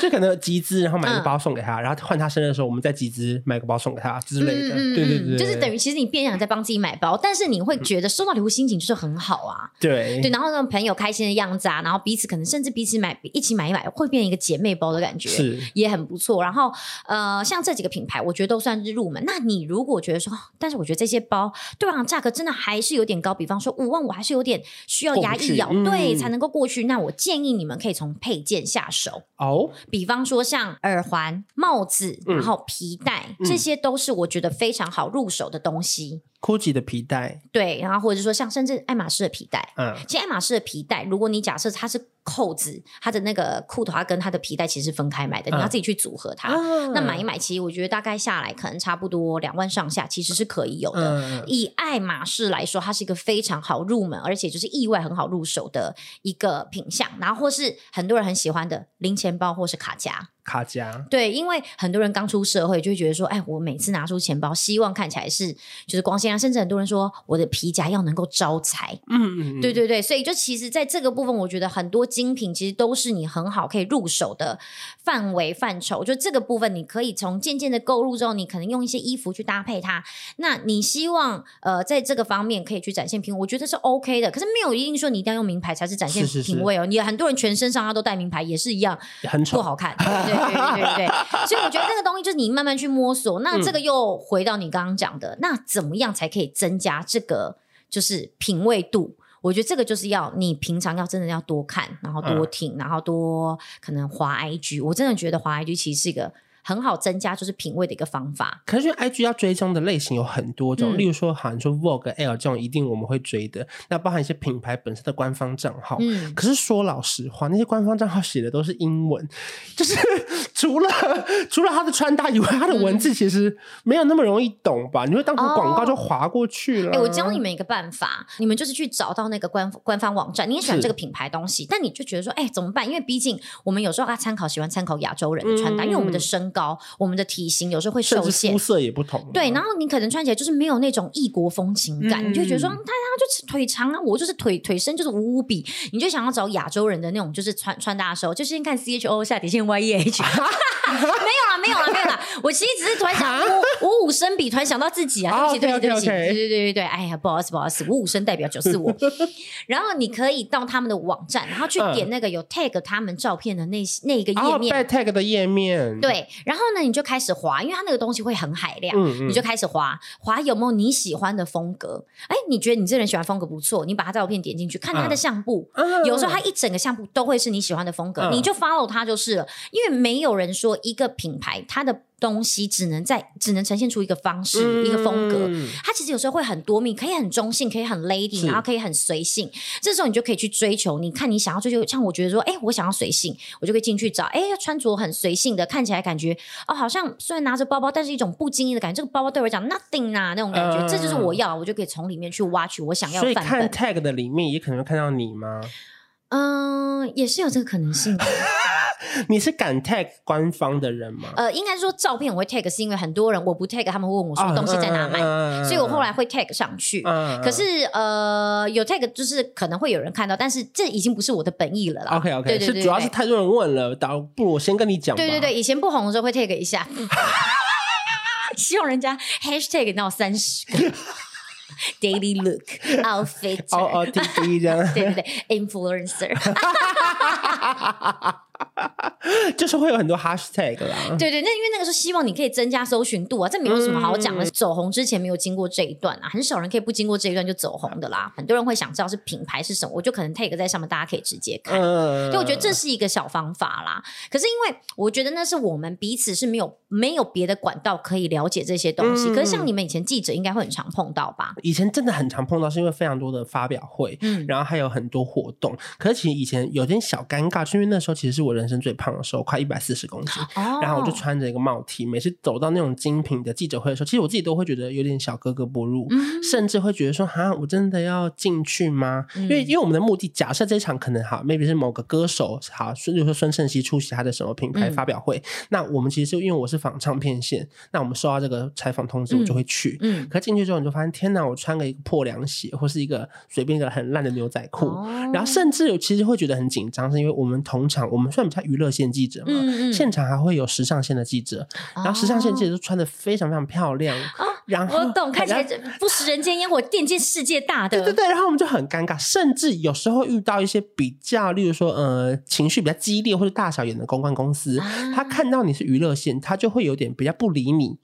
[SPEAKER 1] 就可能集资，然后买个
[SPEAKER 2] 嗯
[SPEAKER 1] 包送给他，然后换他生日的时候，我们再集资买个包送给他之类的。
[SPEAKER 2] 嗯嗯
[SPEAKER 1] 对对
[SPEAKER 2] 嗯
[SPEAKER 1] 对，
[SPEAKER 2] 就是等于其实你变相在帮自己买包，但是你会觉得收到礼物心情就是很好啊，
[SPEAKER 1] 对
[SPEAKER 2] 对，然后让朋友开心的样子啊，然后彼此可能甚至彼此买一起买一买，会变一个姐妹包的感觉。
[SPEAKER 1] 是
[SPEAKER 2] 也很不错，然后呃，像这几个品牌，我觉得都算是入门。那你如果觉得说，哦但是我觉得这些包对啊，价格真的还是有点高，比方说五万，我还是有点需要牙一咬，
[SPEAKER 1] 过不去嗯
[SPEAKER 2] 对，才能够过去。那我建议你们可以从配件下手，
[SPEAKER 1] 哦，
[SPEAKER 2] 比方说像耳环、帽子，
[SPEAKER 1] 嗯
[SPEAKER 2] 然后皮带，
[SPEAKER 1] 嗯
[SPEAKER 2] 这些都是我觉得非常好入手的东西。
[SPEAKER 1] GUCCI 的皮带，
[SPEAKER 2] 对，然后或者说像甚至爱马仕的皮带。
[SPEAKER 1] 嗯，
[SPEAKER 2] 其实爱马仕的皮带，如果你假设它是扣子，它的那个裤头它啊跟它的皮带其实是分开买的，
[SPEAKER 1] 嗯啊
[SPEAKER 2] 你要自己去组合它。那买一买，其实我觉得大概下来可能差不多两万上下，其实是可以有的。
[SPEAKER 1] 嗯，
[SPEAKER 2] 以爱马仕来说，它是一个非常好入门，而且就是意外很好入手的一个品相。然后或是很多人很喜欢的零钱包或是卡夹，
[SPEAKER 1] 卡夹，
[SPEAKER 2] 对，因为很多人刚出社会就会觉得说，哎，我每次拿出钱包，希望看起来是就是光鲜亮，甚至很多人说我的皮夹要能够招财。
[SPEAKER 1] 嗯嗯，
[SPEAKER 2] 对对对，所以就其实在这个部分，我觉得很多精品其实都是你很好可以入手的范围范畴。就这个部分，你可以从渐渐的购入之后，你可能用一些衣服去搭配它。那你希望呃在这个方面可以去展现品味，我觉得是 OK 的。可是没有一定说你一定要用名牌才是展现
[SPEAKER 1] 是是是
[SPEAKER 2] 品味哦。你很多人全身上下都带名牌也是一样，
[SPEAKER 1] 对，很
[SPEAKER 2] 不
[SPEAKER 1] 丑，
[SPEAKER 2] 好看。对对对对对对，所以我觉得这个东西就是你慢慢去摸索。那这个又回到你刚刚讲的，那怎么样才可以增加这个就是品味度？我觉得这个就是要你平常要真的要多看，然后多听，然后多可能滑 IG。我真的觉得滑 IG 其实是一个很好增加就是品味的一个方法。
[SPEAKER 1] 可是因为 IG 要追踪的类型有很多种，
[SPEAKER 2] 嗯
[SPEAKER 1] 例如说，好像说 Vogue、L 这种一定我们会追的，那包含一些品牌本身的官方账号。
[SPEAKER 2] 嗯，
[SPEAKER 1] 可是说老实话，那些官方账号写的都是英文， 就是除了除了他的穿搭以外，他的文字其实没有那么容易懂吧？你会当成广告就划过去了。
[SPEAKER 2] 哎、我教你们一个办法，你们就是去找到那个官官方网站，你也喜欢
[SPEAKER 1] 是
[SPEAKER 2] 这个品牌东西，但你就觉得说，哎、怎么办？因为毕竟我们有时候啊，参考喜欢参考亚洲人的穿搭，
[SPEAKER 1] 嗯
[SPEAKER 2] 因为我们的身高，我们的体型有时候会
[SPEAKER 1] 甚
[SPEAKER 2] 受
[SPEAKER 1] 至
[SPEAKER 2] 限
[SPEAKER 1] 肤。色也不同。
[SPEAKER 2] 对，然后你可能穿起来就是没有那种异国风情感，
[SPEAKER 3] 嗯
[SPEAKER 2] 你就会觉得说，嗯他他就是腿长啊，我就是腿腿身就是无无比，你就想要找亚洲人的那种就是穿穿搭的时候，就是先看 C H O 下底线 Y E H，没有啦，没有啦，没有啦，我其实只是突然想五五五声比，突然想到自己啊，对不起，对不起，对不起，
[SPEAKER 1] 啊，OK，OK，OK
[SPEAKER 2] 对对对对对，哎呀，不好意思，不好意思，五五声代表九四五，然后你可以到他们的网站，然后去
[SPEAKER 1] 嗯哦
[SPEAKER 2] 点那个有 tag 他们照片的那那个
[SPEAKER 1] 然
[SPEAKER 2] 页
[SPEAKER 1] 后
[SPEAKER 2] 面，
[SPEAKER 1] tag 的页面，，
[SPEAKER 2] 对，然后呢，你就开始滑，因为它那个东西会很海量。
[SPEAKER 1] 嗯
[SPEAKER 2] 你就开始滑滑有没有你喜欢的风格？哎，你觉得你这人喜欢风格不错，你把他照片点进去，看他的
[SPEAKER 1] 嗯
[SPEAKER 2] 相簿。
[SPEAKER 1] 嗯
[SPEAKER 2] 有时候他一整个相簿都会是你喜欢的风格，
[SPEAKER 1] 嗯
[SPEAKER 2] 你就 follow 他就是了。因为没有人说一个品牌它的东西只能在只能呈现出一个方式、一个风格。
[SPEAKER 1] 嗯
[SPEAKER 2] 它其实有时候会很多面，可以很中性，可以很 lady，
[SPEAKER 1] 是
[SPEAKER 2] 然后可以很随性。这时候你就可以去追求，你看你想要追求，像我觉得说，哎、我想要随性，我就可以进去找，哎、穿着很随性的，看起来感觉哦，好像虽然拿着包包，但是一种不经意的感觉。这个包包对我来讲 nothing 啊，那种感觉，
[SPEAKER 1] 嗯
[SPEAKER 2] 这就是我要，我就可以从里面去挖取我想
[SPEAKER 1] 啊
[SPEAKER 2] 要
[SPEAKER 1] 所
[SPEAKER 2] 的
[SPEAKER 1] 以
[SPEAKER 2] 范
[SPEAKER 1] 看
[SPEAKER 2] 本。
[SPEAKER 1] tag 的里面也可能会看到你吗？
[SPEAKER 2] 嗯，也是有这个可能性的。
[SPEAKER 1] 你是敢 tag 官方的人吗？
[SPEAKER 2] 呃，应该是说照片我会 tag，是因为很多人我不 tag，他们会问我
[SPEAKER 1] 哦
[SPEAKER 2] 说东西在
[SPEAKER 1] 嗯
[SPEAKER 2] 哪买，
[SPEAKER 1] 买
[SPEAKER 2] 所以我后来会 tag 上去。
[SPEAKER 1] 啊嗯
[SPEAKER 2] 可是呃，有 tag 就是可能会有人看到，但是这已经不是我的本意了啦。
[SPEAKER 1] OK OK，
[SPEAKER 2] 对对对
[SPEAKER 1] 是主要是
[SPEAKER 2] 对
[SPEAKER 1] 太多人问了，倒不如我先跟你讲吧。
[SPEAKER 2] 对对对，以前不红的时候会 tag 一下， 希望人家 hashtag 到三十个 daily look outfit，
[SPEAKER 1] 哦哦，T B 这样，
[SPEAKER 2] 对对对，influencer，
[SPEAKER 1] 就是会有很多 hashtag 啦。
[SPEAKER 2] 对对，那因为那个时候希望你可以增加搜寻度啊，这没有什么好讲
[SPEAKER 1] 嗯
[SPEAKER 2] 的。走红之前没有经过这一段啊，很少人可以不经过这一段就走红的啦。很多人会想知道是品牌是什么，我就可能 tag 在上面，大家可以直接看。
[SPEAKER 1] 嗯，
[SPEAKER 2] 对，我觉得这是一个小方法啦。可是因为我觉得那是我们彼此是没有没有别的管道可以了解这些东西。
[SPEAKER 1] 嗯
[SPEAKER 2] 可是像你们以前记者应该会很常碰到吧？
[SPEAKER 1] 以前真的很常碰到，是因为非常多的发表会，
[SPEAKER 2] 嗯，
[SPEAKER 1] 然后还有很多活动。可是其实以前有点小尴尬，是因为那时候其实是我人生最胖的时候，快一百四十公斤。
[SPEAKER 2] 哦
[SPEAKER 1] 然后我就穿着一个帽 T，每次走到那种精品的记者会的时候，其实我自己都会觉得有点小格格不入，
[SPEAKER 2] 嗯
[SPEAKER 1] 甚至会觉得说，哈，我真的要进去吗？因
[SPEAKER 2] 嗯
[SPEAKER 1] 为因为我们的目的，假设这一场可能好，maybe 是某个歌手好，孙就说孙盛熙出席他的什么品牌
[SPEAKER 2] 嗯
[SPEAKER 1] 发表会，那我们其实是因为我是仿唱片线，那我们收到这个采访通知，我就会去。
[SPEAKER 2] 嗯，
[SPEAKER 1] 可进去之后，你就发现，天哪！我穿个一个破凉鞋，或是一个随便一个很烂的牛仔裤，
[SPEAKER 2] 哦
[SPEAKER 1] 然后甚至有其实会觉得很紧张，是因为我们同场，我们算比较娱乐线记者嘛，
[SPEAKER 2] 嗯嗯哦
[SPEAKER 1] 现场还会有时尚线的记者，然后时尚线记者都穿的非常非常漂亮，然后
[SPEAKER 2] 我懂，看起来
[SPEAKER 1] 然后
[SPEAKER 2] 不食人间烟火，电见世界大的。
[SPEAKER 1] 对对对，然后我们就很尴尬，甚至有时候遇到一些比较，例如说呃情绪比较激烈或者大小眼的公关公司，
[SPEAKER 2] 啊
[SPEAKER 1] 他看到你是娱乐线，他就会有点比较不理你。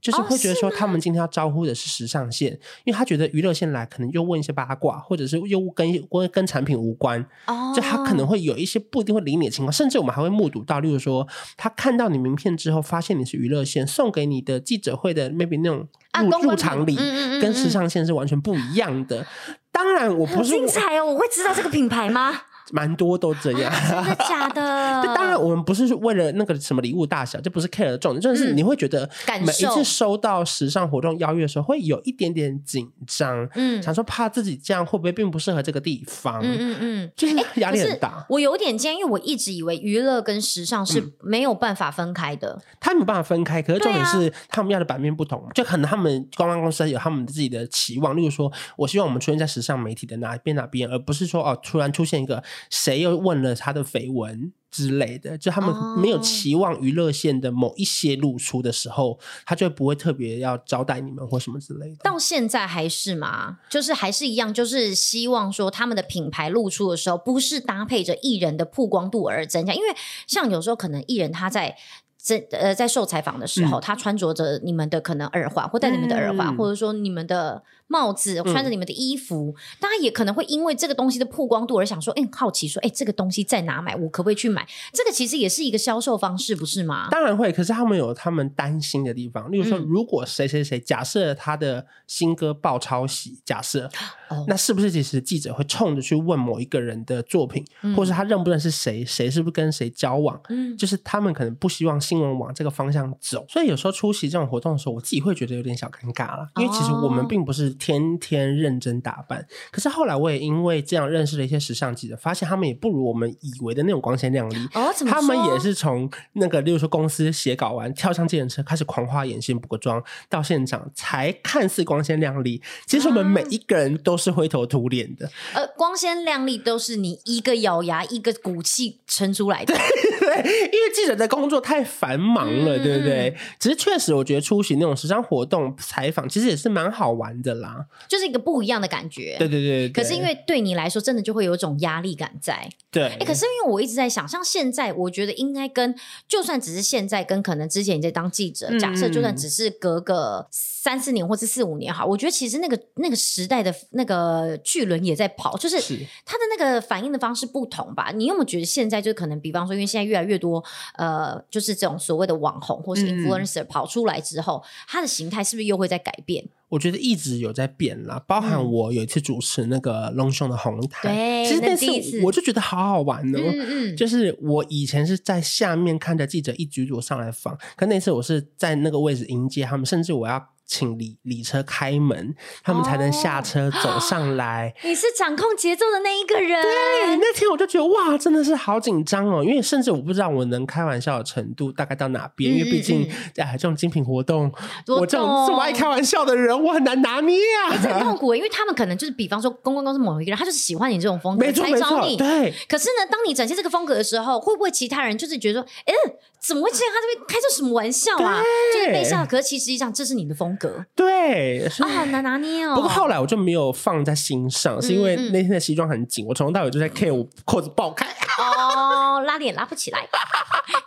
[SPEAKER 1] 就是
[SPEAKER 2] 哦
[SPEAKER 1] 会觉得
[SPEAKER 2] 是
[SPEAKER 1] 说，他们今天要招呼的是时尚线，因为他觉得娱乐线来可能又问一些八卦，或者是又跟跟跟产品无关，
[SPEAKER 2] 哦
[SPEAKER 1] 就他可能会有一些不一定会理你的情况，甚至我们还会目睹到，例如说他看到你名片之后，发现你是娱乐线，送给你的记者会的 maybe 那种
[SPEAKER 2] 啊
[SPEAKER 1] 入
[SPEAKER 2] 公关
[SPEAKER 1] 入场礼
[SPEAKER 2] 嗯嗯嗯嗯
[SPEAKER 1] 跟时尚线是完全不一样的。当然，我不
[SPEAKER 2] 好
[SPEAKER 1] 是
[SPEAKER 2] 精彩哦！我会知道这个品牌 吗？
[SPEAKER 1] 蛮多都这 样。
[SPEAKER 2] 真的假 的？
[SPEAKER 1] 但当然，我们不是为了那个什么礼物大小，这不是 care 的重点，就是
[SPEAKER 2] 嗯
[SPEAKER 1] 你会觉得
[SPEAKER 2] 感
[SPEAKER 1] 每一
[SPEAKER 2] 受
[SPEAKER 1] 次收到时尚活动邀约的时候，会有一点点紧张，
[SPEAKER 2] 嗯
[SPEAKER 1] 想说怕自己这样会不会并不适合这个地方，
[SPEAKER 2] 嗯嗯嗯。
[SPEAKER 1] 就是压
[SPEAKER 2] 可
[SPEAKER 1] 力
[SPEAKER 2] 是
[SPEAKER 1] 很大。
[SPEAKER 2] 我有点惊讶，因为我一直以为娱乐跟时尚是没有办法分开的。
[SPEAKER 1] 他没有办法分开，可是重点
[SPEAKER 2] 对啊
[SPEAKER 1] 是他们要的版面不同，就可能他们公关公司有他们自己的期望，例如说，我希望我们出现在时尚媒体的哪边哪边，而不是说哦，突然出现一个谁又问了他的绯闻之类的，就他
[SPEAKER 2] 哦
[SPEAKER 1] 们没有期望娱乐线的某一些露出的时候，他就不会特别要招待你们或什么之类的。
[SPEAKER 2] 到现在还是嘛，就是还是一样，就是希望说他们的品牌露出的时候，不是搭配着艺人的曝光度而增加，因为像有时候可能艺人他在。这呃，在受采访的时候，他穿着着你们的可能耳环，或戴你们的耳环，
[SPEAKER 1] 嗯
[SPEAKER 2] 或者说你们的帽子，穿着你们的衣服，大家也可能会因为这个东西的曝光度而想说，哎、好奇说，哎、这个东西在哪买？我可不可以去买？这个其实也是一个销售方式，不是吗？
[SPEAKER 1] 当然会，可是他们有他们担心的地方，例如说，
[SPEAKER 2] 嗯
[SPEAKER 1] 如果谁谁谁假设他的新歌爆抄袭，假设
[SPEAKER 2] 哦
[SPEAKER 1] 那是不是其实记者会冲着去问某一个人的作品，
[SPEAKER 2] 嗯
[SPEAKER 1] 或是他认不认识谁，谁是不是跟谁交往？
[SPEAKER 2] 嗯，
[SPEAKER 1] 就是他们可能不希望新闻往这
[SPEAKER 2] 哦
[SPEAKER 1] 个方向走，所以有时候出席这种活动的时候，我自己会觉得有点小尴尬了，因为其实我们并不是天天认真打扮。可是后来我也因为这样认识了一些时尚记者，发现他们也不如我们以为的那种光鲜亮丽。
[SPEAKER 2] 哦，怎么
[SPEAKER 1] 他们
[SPEAKER 2] 说
[SPEAKER 1] 也是从那个，例如说公司写稿完，跳上计程车开始狂画眼线、补个妆，到现场才看似光鲜亮丽。其实我们每
[SPEAKER 2] 啊
[SPEAKER 1] 一个人都是灰头土脸的，
[SPEAKER 2] 呃，光鲜亮丽都是你一个咬牙一个骨气撑出来的。
[SPEAKER 1] 对，因为记者的工作太繁忙了，
[SPEAKER 2] 嗯
[SPEAKER 1] 对不对？只是确实，我觉得出席那种时尚活动采访，其实也是蛮好玩的啦。
[SPEAKER 2] 就是一个不一样的感觉。
[SPEAKER 1] 对对对对
[SPEAKER 2] 可是因为对你来说，真的就会有一种压力感在。
[SPEAKER 1] 对，
[SPEAKER 2] 哎、可是因为我一直在想，像现在，我觉得应该跟就算只是现在跟可能之前你在当记者，
[SPEAKER 1] 嗯
[SPEAKER 2] 假设就算只是隔个三四年或是四五年哈，我觉得其实那个那个时代的那个巨轮也在跑，就是
[SPEAKER 1] 是
[SPEAKER 2] 它的那个反应的方式不同吧？你有没有觉得现在就可能，比方说，因为现在越来越多呃，就是这种所谓的网红或是
[SPEAKER 1] 嗯
[SPEAKER 2] influencer 跑出来之后，它的形态是不是又会在改变？
[SPEAKER 1] 我觉得一直有在变啦，包含
[SPEAKER 2] 嗯
[SPEAKER 1] 我有一次主持那个隆胸的红毯，
[SPEAKER 2] 对
[SPEAKER 1] 其实
[SPEAKER 2] 那
[SPEAKER 1] 那
[SPEAKER 2] 第一次
[SPEAKER 1] 次我就觉得好好玩哦。
[SPEAKER 2] 嗯嗯，
[SPEAKER 1] 就是我以前是在下面看着记者一举一左上来访，可那次我是在那个位置迎接他们，甚至我要请礼礼车开门，他们才能下车走上来。
[SPEAKER 2] 你是掌控节奏的那一个人，
[SPEAKER 1] 对，啊那天我就觉得哇，真的是好紧张哦，因为甚至我不知道我能开玩笑的程度大概到哪边，因为毕
[SPEAKER 2] 嗯
[SPEAKER 1] 竟
[SPEAKER 2] 嗯
[SPEAKER 1] 哎，这种精品活动，
[SPEAKER 2] 我
[SPEAKER 1] 我这种
[SPEAKER 2] 懂
[SPEAKER 1] 这么爱开玩笑的人，我很难拿捏
[SPEAKER 2] 哎 这很
[SPEAKER 1] 啊。
[SPEAKER 2] 痛苦欸，因为他们可能就是，比方说公关公司某一个人，他就是喜欢你这种风格，
[SPEAKER 1] 没错
[SPEAKER 2] 才
[SPEAKER 1] 没
[SPEAKER 2] 找
[SPEAKER 1] 错，
[SPEAKER 2] 你。
[SPEAKER 1] 对，
[SPEAKER 2] 可是呢，当你展现这个风格的时候，会不会其他人就是觉得说，哎、怎么会这样？他这边开这什么玩笑啊？
[SPEAKER 1] 对
[SPEAKER 2] 就是被笑。可是其实际上这是你的风格
[SPEAKER 1] 对，
[SPEAKER 2] 啊，好难拿捏哦。
[SPEAKER 1] 不过后来我就没有放在心上，是因为
[SPEAKER 2] 嗯嗯嗯
[SPEAKER 1] 那天的西装很紧，我从头到尾就在 care 我扣子爆开。啊
[SPEAKER 2] 哦，拉链拉不起来，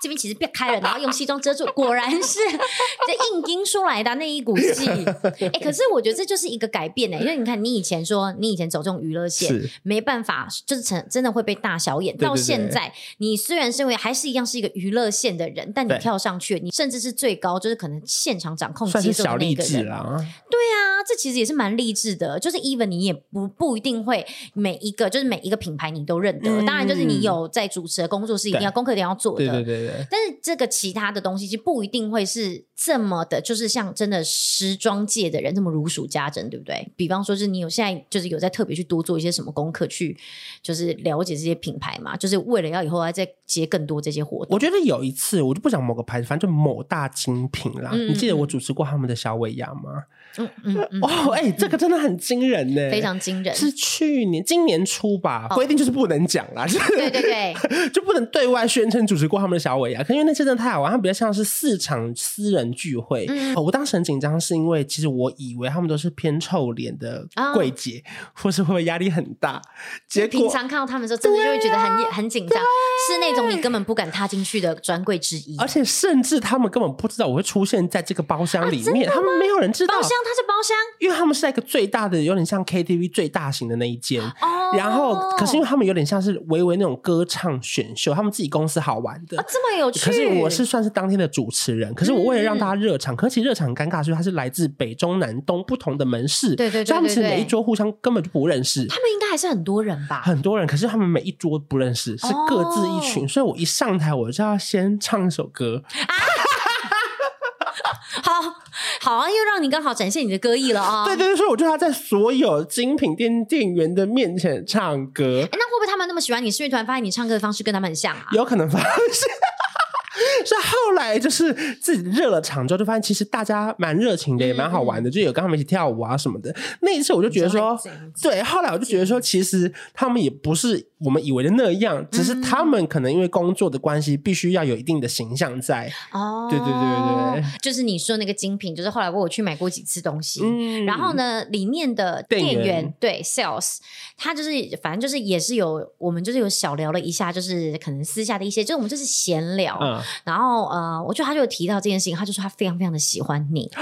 [SPEAKER 2] 这边其实别开了，然后用西装遮住，果然是这硬盯出来的那一 股气。哎、可是我觉得这就是一个改变呢、欸因为你看，你以前说你以前走这种娱乐线
[SPEAKER 1] 是，
[SPEAKER 2] 没办法，就是成真的会被大小眼。
[SPEAKER 1] 对对
[SPEAKER 2] 到现在，你虽然身为还是一样是一个娱乐线的人，但你
[SPEAKER 1] 对
[SPEAKER 2] 跳上去，你甚至是最高，就是可能现场掌控
[SPEAKER 1] 算
[SPEAKER 2] 节
[SPEAKER 1] 是
[SPEAKER 2] 奏的
[SPEAKER 1] 小
[SPEAKER 2] 那
[SPEAKER 1] 励
[SPEAKER 2] 个
[SPEAKER 1] 志
[SPEAKER 2] 人。
[SPEAKER 1] 啦，
[SPEAKER 2] 啊，这其实也是蛮励志的。就是 even 你也不不一定会每一个，就是每一个品牌你都认得。
[SPEAKER 1] 嗯
[SPEAKER 2] 当然，就是你有在主持的工作是一定要
[SPEAKER 1] 对
[SPEAKER 2] 功课一定要做的。
[SPEAKER 1] 对对对对，
[SPEAKER 2] 但是这个其他的东西，其实不一定会是这么的，就是像真的时装界的人这么如数家珍，对不对？比方说，是你有现在就是有在特别去多做一些什么功课，去就是了解这些品牌嘛，就是为了要以后还再接更多这些活动。
[SPEAKER 1] 我觉得有一次，我就不讲某个牌子，反正就某大精品啦。
[SPEAKER 2] 嗯嗯
[SPEAKER 1] 你记得我主持过他们的小尾牙吗？
[SPEAKER 2] 嗯嗯嗯，
[SPEAKER 1] 哦，哎、这个真的很惊人呢、
[SPEAKER 2] 非常惊人。哦
[SPEAKER 1] 是去年今年初吧，规定就是不能讲啦， 就
[SPEAKER 2] 对
[SPEAKER 1] 是
[SPEAKER 2] 对对，
[SPEAKER 1] 就不能对外宣称主持过他们的小尾牙，可因为那次真的太好玩，它比较像是四场私人聚会。
[SPEAKER 2] 嗯
[SPEAKER 1] 哦我当时很紧张，是因为其实我以为他们都是偏臭脸的
[SPEAKER 2] 啊
[SPEAKER 1] 柜姐，或是会不会压力很大，结
[SPEAKER 2] 平
[SPEAKER 1] 果。啊
[SPEAKER 2] 常看到他们的时候，真的就会觉得很、很紧张，是那种你根本不敢踏进去的专柜之一。
[SPEAKER 1] 而且甚至他们根本不知道我会出现在这个包厢里
[SPEAKER 2] 啊真
[SPEAKER 1] 面，他们没有人知道
[SPEAKER 2] 包，厢，它是包厢
[SPEAKER 1] 因为他们是在一个最大的，有点像 KTV 最大型的那一间。
[SPEAKER 2] 哦。
[SPEAKER 1] 然后，可是因为他们有点像是微微那种歌唱选秀，他们自己公司好玩的
[SPEAKER 2] 啊，，这么有趣。
[SPEAKER 1] 可是我是算是当天的主持人，可是我为了让
[SPEAKER 2] 嗯
[SPEAKER 1] 大家热场，可是其实热场很尴尬，所以它是来自北中南东不同的门市，
[SPEAKER 2] 对对对
[SPEAKER 1] 所以他们其实
[SPEAKER 2] 对对
[SPEAKER 1] 每一桌互相根本就不认识。
[SPEAKER 2] 他们应该还是很多人吧？
[SPEAKER 1] 很多人，可是他们每一桌不认识，是各自一
[SPEAKER 2] 哦
[SPEAKER 1] 群，所以我一上台我就要先唱一首歌，
[SPEAKER 2] 好好啊，又让你刚好展现你的歌艺了 啊、
[SPEAKER 1] 对对对，所以我就要在所有精品店店员的面前唱歌，
[SPEAKER 2] 哎，那会不会他们那么喜欢你？是因为突然发现你唱歌的方式跟他们很像啊？
[SPEAKER 1] 有可能发生。 所以后来就是自己热了场之后，就发现其实大家蛮热情的，也蛮好玩的，就有跟他们一起跳舞啊什么的。那一次我就觉得说
[SPEAKER 2] 嗯你就爱这样，子
[SPEAKER 1] 对，后来我就觉得说，其实他们也不是我们以为的那样，只是他们可能因为工作的关系，必须要有一定的形象在。
[SPEAKER 2] 哦，
[SPEAKER 1] 对对对对，
[SPEAKER 2] 就是你说那个精品，就是后来我有去买过几次东西，
[SPEAKER 1] 嗯
[SPEAKER 2] 然后呢，里面的
[SPEAKER 1] 店
[SPEAKER 2] 店员
[SPEAKER 1] 员
[SPEAKER 2] 对 sales，他就是反正就是也是有我们就是有小聊了一下，就是可能私下的一些，就是我们就是闲聊，
[SPEAKER 1] 啊，
[SPEAKER 2] 然后呃，我觉得他就有提到这件事情，他就说他非常非常的喜欢 你，所以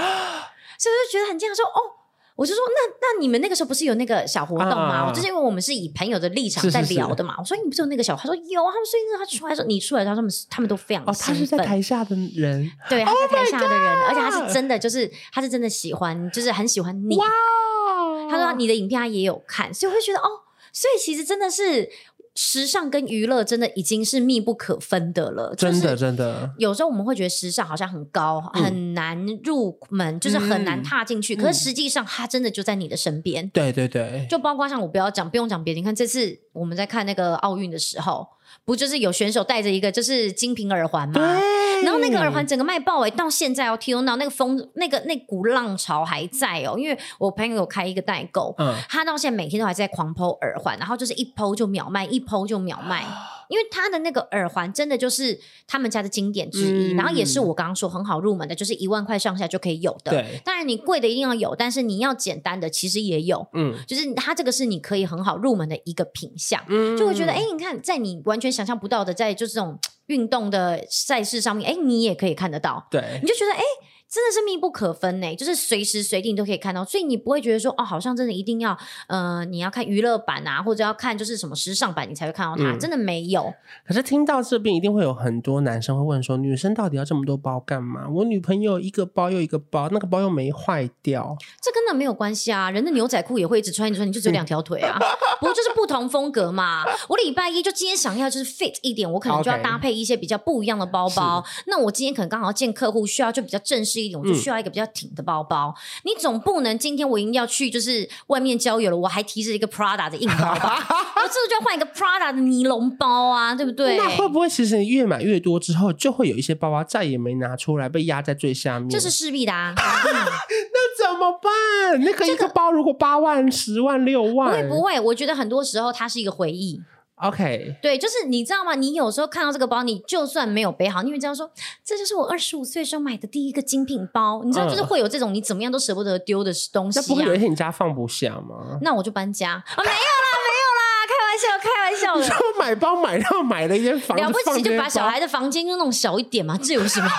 [SPEAKER 2] 我就觉得很惊讶，说哦。我就说，那那你们那个时候不是有那个小活动吗？
[SPEAKER 1] 啊
[SPEAKER 2] 我就是因为我们是以朋友的立场
[SPEAKER 1] 是是
[SPEAKER 2] 在聊的嘛。我说你不是有那个小，他说有啊。他们所以呢，他出来说你出来的时候，他们他们都非常
[SPEAKER 1] 哦，他
[SPEAKER 2] 兴
[SPEAKER 1] 是在
[SPEAKER 2] 奋。
[SPEAKER 1] 台，Oh 下的人，
[SPEAKER 2] 对，他是台下的人而且他是真的，就是他是真的喜欢，就是很喜欢你。
[SPEAKER 1] 哇！哦
[SPEAKER 2] 哦他说你的影片他也有看，所以我会觉得哦，所以其实真的是时尚跟娱乐真的已经是密不可分的了，就
[SPEAKER 1] 真
[SPEAKER 2] 是
[SPEAKER 1] 的真的，
[SPEAKER 2] 有时候我们会觉得时尚好像很高，
[SPEAKER 1] 嗯
[SPEAKER 2] 很难入门，就是很难踏进去。
[SPEAKER 1] 嗯
[SPEAKER 2] 可是实际上，它真的就在你的身边。
[SPEAKER 1] 对对对，
[SPEAKER 2] 就包括像我不要讲，不用讲别的，你看这次我们在看那个奥运的时候，不就是有选手戴着一个就是精品耳环吗？然后那个耳环整个卖爆哎、到现在哦，听到那个风，那个那股浪潮还在哦，因为我朋友有开一个代购，
[SPEAKER 1] 嗯，
[SPEAKER 2] 他到现在每天都还在狂剖耳环，然后就是一剖就秒卖，一剖就秒 卖，因为他的那个耳环真的就是他们家的经典之一，
[SPEAKER 1] 嗯
[SPEAKER 2] 然后也是我刚刚说很好入门的，就是一万块上下就可以有的。
[SPEAKER 1] 对，
[SPEAKER 2] 当然你贵的一定要有，但是你要简单的其实也有，
[SPEAKER 1] 嗯
[SPEAKER 2] 就是它这个是你可以很好入门的一个品相。
[SPEAKER 1] 嗯
[SPEAKER 2] 就会觉得，哎、你看，在你完全想象不到的，在就是这种运动的赛事上面，哎、你也可以看得到。
[SPEAKER 1] 对
[SPEAKER 2] 你，就觉得哎、诶真的是密不可分呢、就是随时随地你都可以看到，所以你不会觉得说哦，好像真的一定要呃，你要看娱乐版啊，或者要看就是什么时尚版，你才会看到它，
[SPEAKER 1] 嗯
[SPEAKER 2] 真的没有。
[SPEAKER 1] 可是听到这边，一定会有很多男生会问说，女生到底要这么多包干嘛？我女朋友一个包又一个包，那个包又没坏掉，
[SPEAKER 2] 这跟那没有关系啊，人的牛仔裤也会一直穿一直穿，你就只有两条腿啊，不过就是不同风格嘛。我礼拜一就今天想要就是 fit 一点，我可能就要
[SPEAKER 1] OK
[SPEAKER 2] 搭配一些比较不一样的包包。那我今天可能刚好见客户需要就比较正式一点，我
[SPEAKER 1] 嗯
[SPEAKER 2] 就需要一个比较挺的包包。你总不能今天我一定要去就是外面郊游了，我还提着一个 Prada 的硬包 吧？我这就要换一个 Prada 的尼龙包啊，对不对？
[SPEAKER 1] 那会不会其实你越买越多之后，就会有一些包包再也没拿出来，被压在最下面？
[SPEAKER 2] 这是势必 的啊。
[SPEAKER 1] 那怎么办？那个一个包如果八万、十万、六
[SPEAKER 2] 不
[SPEAKER 1] 万，
[SPEAKER 2] 会不会，我觉得很多时候它是一个回忆。
[SPEAKER 1] ？OK，
[SPEAKER 2] 对，就是你知道吗？你有时候看到这个包，你就算没有背好，你会这样说：“这就是我二十五岁时候买的第一个精品包。”你知道，就是
[SPEAKER 1] 嗯
[SPEAKER 2] 会有这种你怎么样都舍不得丢的东西、
[SPEAKER 1] 那
[SPEAKER 2] 啊。
[SPEAKER 1] 不会有一天你家放不下吗？
[SPEAKER 2] 那我就搬家啊、没有啦，没有啦，开玩笑，开玩笑的。
[SPEAKER 1] 就买包买到买了一间 房子，
[SPEAKER 2] 啊了不
[SPEAKER 1] 放
[SPEAKER 2] 起就
[SPEAKER 1] 这
[SPEAKER 2] 把
[SPEAKER 1] 些
[SPEAKER 2] 小
[SPEAKER 1] 包
[SPEAKER 2] 孩的房间就弄小一点嘛，这有什么？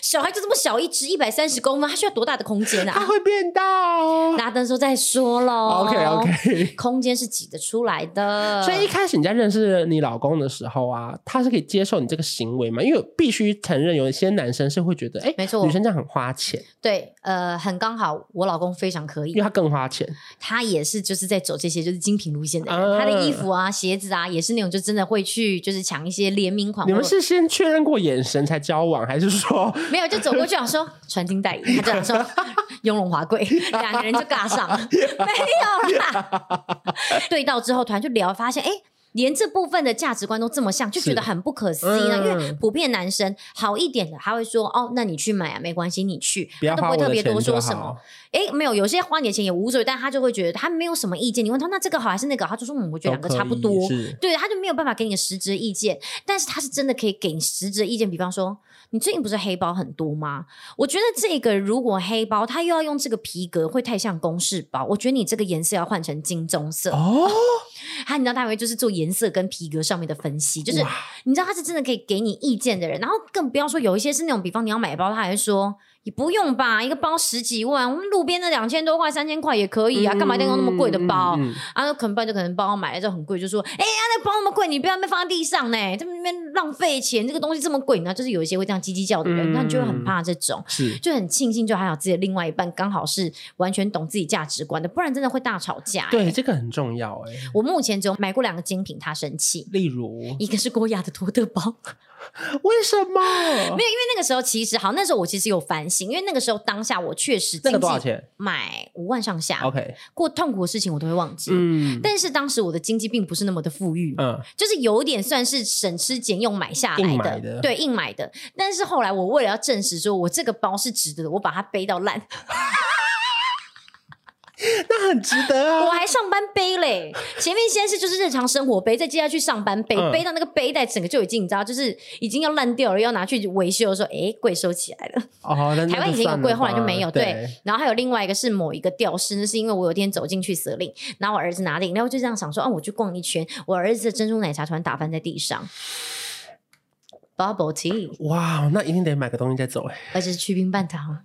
[SPEAKER 2] 小孩就这么小一只，一百三十公分，他需要多大的空间
[SPEAKER 1] 它
[SPEAKER 2] 啊？
[SPEAKER 1] 会变大哦。
[SPEAKER 2] 拿的时候再说喽。
[SPEAKER 1] OK OK。
[SPEAKER 2] 空间是挤得出来 的，
[SPEAKER 1] 所以一开始你在认识你老公的时候啊，他是可以接受你这个行为嘛？因为必须承认，有一些男生是会觉得，哎、
[SPEAKER 2] 没错
[SPEAKER 1] 女生这样很花钱，
[SPEAKER 2] 对，呃，很刚好，我老公非常可以
[SPEAKER 1] 因为，他更花钱。
[SPEAKER 2] 他也是就是在走这些就是精品路线的人，
[SPEAKER 1] 啊
[SPEAKER 2] 他的衣服啊、鞋子啊，也是那种就真的会去就是抢一些联名款。
[SPEAKER 1] 你
[SPEAKER 2] 或
[SPEAKER 1] 们
[SPEAKER 2] 者
[SPEAKER 1] 是先确认过眼神才交往，还是 说
[SPEAKER 2] 没有就走过去想啊说传金戴银，他就想说雍容 华贵， 两个人就尬上，没有啦。对到之后，突然就聊，发现哎。诶连这部分的价值观都这么像，就觉得
[SPEAKER 1] 是
[SPEAKER 2] 很不可思议呢。啊
[SPEAKER 1] 嗯
[SPEAKER 2] 因为普遍男生好一点的，他会说：“哦，那你去买啊，没关系，你去。”
[SPEAKER 1] 不要
[SPEAKER 2] 他都不
[SPEAKER 1] 花
[SPEAKER 2] 会
[SPEAKER 1] 我
[SPEAKER 2] 特
[SPEAKER 1] 的
[SPEAKER 2] 别
[SPEAKER 1] 钱
[SPEAKER 2] 多
[SPEAKER 1] 就
[SPEAKER 2] 说什么
[SPEAKER 1] 好。？
[SPEAKER 2] 诶，没有，有些花你的钱也无所谓，但他就会觉得他没有什么意见。你问他那这个好还是那个好，他就说嗯，我觉得两个
[SPEAKER 1] 都可以
[SPEAKER 2] 差不多。
[SPEAKER 1] 是
[SPEAKER 2] 对，他就没有办法给你个实质意见，但是他是真的可以给你实质意见。比方说，你最近不是黑包很多吗？我觉得这个如果黑包，它又要用这个皮革，会太像公事包。我觉得你这个颜色要换成金棕色。
[SPEAKER 1] 哦，
[SPEAKER 2] 他你知道他还会就是做颜色跟皮革上面的分析，就是
[SPEAKER 1] 哇
[SPEAKER 2] 你知道他是真的可以给你意见的人，然后更不要说有一些是那种，比方你要买包，他还会说你不用吧，一个包十几万，我们路边的两千多块、三千块也可以啊，干嘛一定要用那么贵的包？
[SPEAKER 1] 嗯嗯嗯
[SPEAKER 2] 啊，可能不然就可能帮我买了就很贵，就说，哎、呀、那包那么贵，你不要被放在地上呢，在那边浪费钱，这个东西这么贵，然后就是有一些会这样叽叽叫的人，
[SPEAKER 1] 嗯
[SPEAKER 2] 那、你就会很怕这种，
[SPEAKER 1] 是
[SPEAKER 2] 就很庆幸就还好自己的另外一半刚好是完全懂自己价值观的，不然真的会大吵架、欸
[SPEAKER 1] 对，这个很重要哎、
[SPEAKER 2] 我目前只有买过两个精品，他生气。
[SPEAKER 1] 例如，
[SPEAKER 2] 一个是郭雅的托特包，
[SPEAKER 1] 为什么
[SPEAKER 2] 没有，因为那个时候其实好，那时候我其实有反省，因为那个时候当下我确实
[SPEAKER 1] 那
[SPEAKER 2] 经
[SPEAKER 1] 个
[SPEAKER 2] 济
[SPEAKER 1] 多少钱
[SPEAKER 2] 买五万上下
[SPEAKER 1] ？OK，
[SPEAKER 2] 过痛苦的事情我都会忘记。
[SPEAKER 1] 嗯
[SPEAKER 2] 但是当时我的经济并不是那么的富裕，
[SPEAKER 1] 嗯，
[SPEAKER 2] 就是有点算是省吃俭用买下来
[SPEAKER 1] 硬
[SPEAKER 2] 的，
[SPEAKER 1] 买的
[SPEAKER 2] 对，硬买的。但是后来我为了要证实说我这个包是值得的，我把它背到烂，
[SPEAKER 1] 那很值得啊。
[SPEAKER 2] 我还上班背嘞。前面先是就是日常生活背，再接下去上班背，
[SPEAKER 1] 嗯
[SPEAKER 2] 背到那个背带整个就已经你知道，就是已经要烂掉了，要拿去维修的时候，哎，柜收起来了。
[SPEAKER 1] 哦，那那
[SPEAKER 2] 台湾
[SPEAKER 1] 就
[SPEAKER 2] 以前有
[SPEAKER 1] 算
[SPEAKER 2] 贵，
[SPEAKER 1] 了
[SPEAKER 2] 后来就
[SPEAKER 1] 吧
[SPEAKER 2] 没有。对，然后还有另外一个是某一个吊饰，那是因为我有一天走进去司令，然后我儿子拿的饮料，我就这样想说，啊，我去逛一圈，我儿子的珍珠奶茶突然打翻在地上，bubble tea，
[SPEAKER 1] 哇，那一定得买个东西再走哎、
[SPEAKER 2] 而且是去冰半 糖。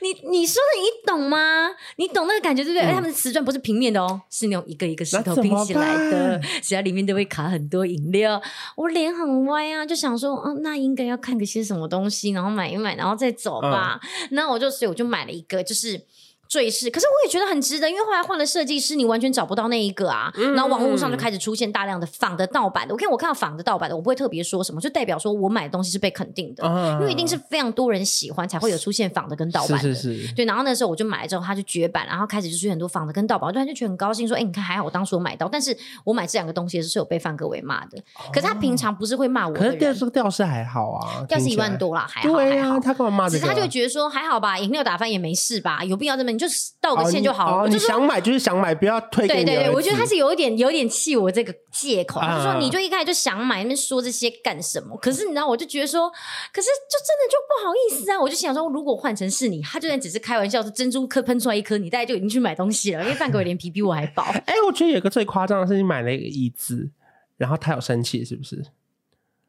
[SPEAKER 2] 你你说的你懂吗？你懂那个感觉对不对？而且他们的瓷砖不是平面的哦，是那种一个一个石
[SPEAKER 1] 嗯那
[SPEAKER 2] 头
[SPEAKER 1] 怎
[SPEAKER 2] 拼
[SPEAKER 1] 么
[SPEAKER 2] 起来的
[SPEAKER 1] 办，
[SPEAKER 2] 只要里面都会卡很多饮料。我脸很歪啊，就想说，嗯、那应该要
[SPEAKER 1] 嗯
[SPEAKER 2] 看个些什么东西，然后买一买，然后再走吧。那我就所以我就买了一个，就是。最适。可是我也觉得很值得，因为后来换了设计师，你完全找不到那一个啊。
[SPEAKER 1] 嗯
[SPEAKER 2] 然后网络上就开始出现大量的仿的盗版的。我看我看到仿的盗版的，我不会特别说什么，就代表说我买的东西是被肯定的，
[SPEAKER 1] 啊
[SPEAKER 2] 因为一定是非常多人喜欢才会有出现仿的跟盗版
[SPEAKER 1] 是
[SPEAKER 2] 的。
[SPEAKER 1] 是是，
[SPEAKER 2] 对，然后那时候我就买了之后，它就绝版，然后开始就是很多仿的跟盗版，我突然就觉得很高兴，说，哎，你看还好我当初有买到，但是我买这两个东西的时候是有被范哥伟骂的，可是他平常不是会骂我
[SPEAKER 1] 哦可
[SPEAKER 2] 的
[SPEAKER 1] 是吊
[SPEAKER 2] 人，
[SPEAKER 1] 这个吊饰还好啊，
[SPEAKER 2] 掉是
[SPEAKER 1] 听
[SPEAKER 2] 一
[SPEAKER 1] 起来
[SPEAKER 2] 万，多啦，还好
[SPEAKER 1] 对
[SPEAKER 2] 还
[SPEAKER 1] 啊，
[SPEAKER 2] 好。
[SPEAKER 1] 他干嘛骂
[SPEAKER 2] 只
[SPEAKER 1] 这
[SPEAKER 2] 是
[SPEAKER 1] 个？
[SPEAKER 2] 他就会觉得说还好吧，饮料打翻也没事吧，有必要这么你就道个
[SPEAKER 1] 哦
[SPEAKER 2] 歉就好了。
[SPEAKER 1] 哦
[SPEAKER 2] 我
[SPEAKER 1] 你
[SPEAKER 2] 就说
[SPEAKER 1] 想买就是想买，不要推给
[SPEAKER 2] 对
[SPEAKER 1] 你
[SPEAKER 2] 对
[SPEAKER 1] 儿
[SPEAKER 2] 对，
[SPEAKER 1] 子
[SPEAKER 2] 我觉得他是有一点有点气我这个借口，他就
[SPEAKER 1] 啊
[SPEAKER 2] 说你就一开始就想买，那边说这些干什么？可是你知道，我就觉得说，可是就真的就不好意思啊！我就想说，如果换成是你，他就算只是开玩笑，说珍珠颗喷出来一颗，你大概就已经去买东西了，因为范哥脸皮比我还 薄。
[SPEAKER 1] 哎、我觉得有一个最夸张的是，你买了一个椅子，然后他有生气，是不是？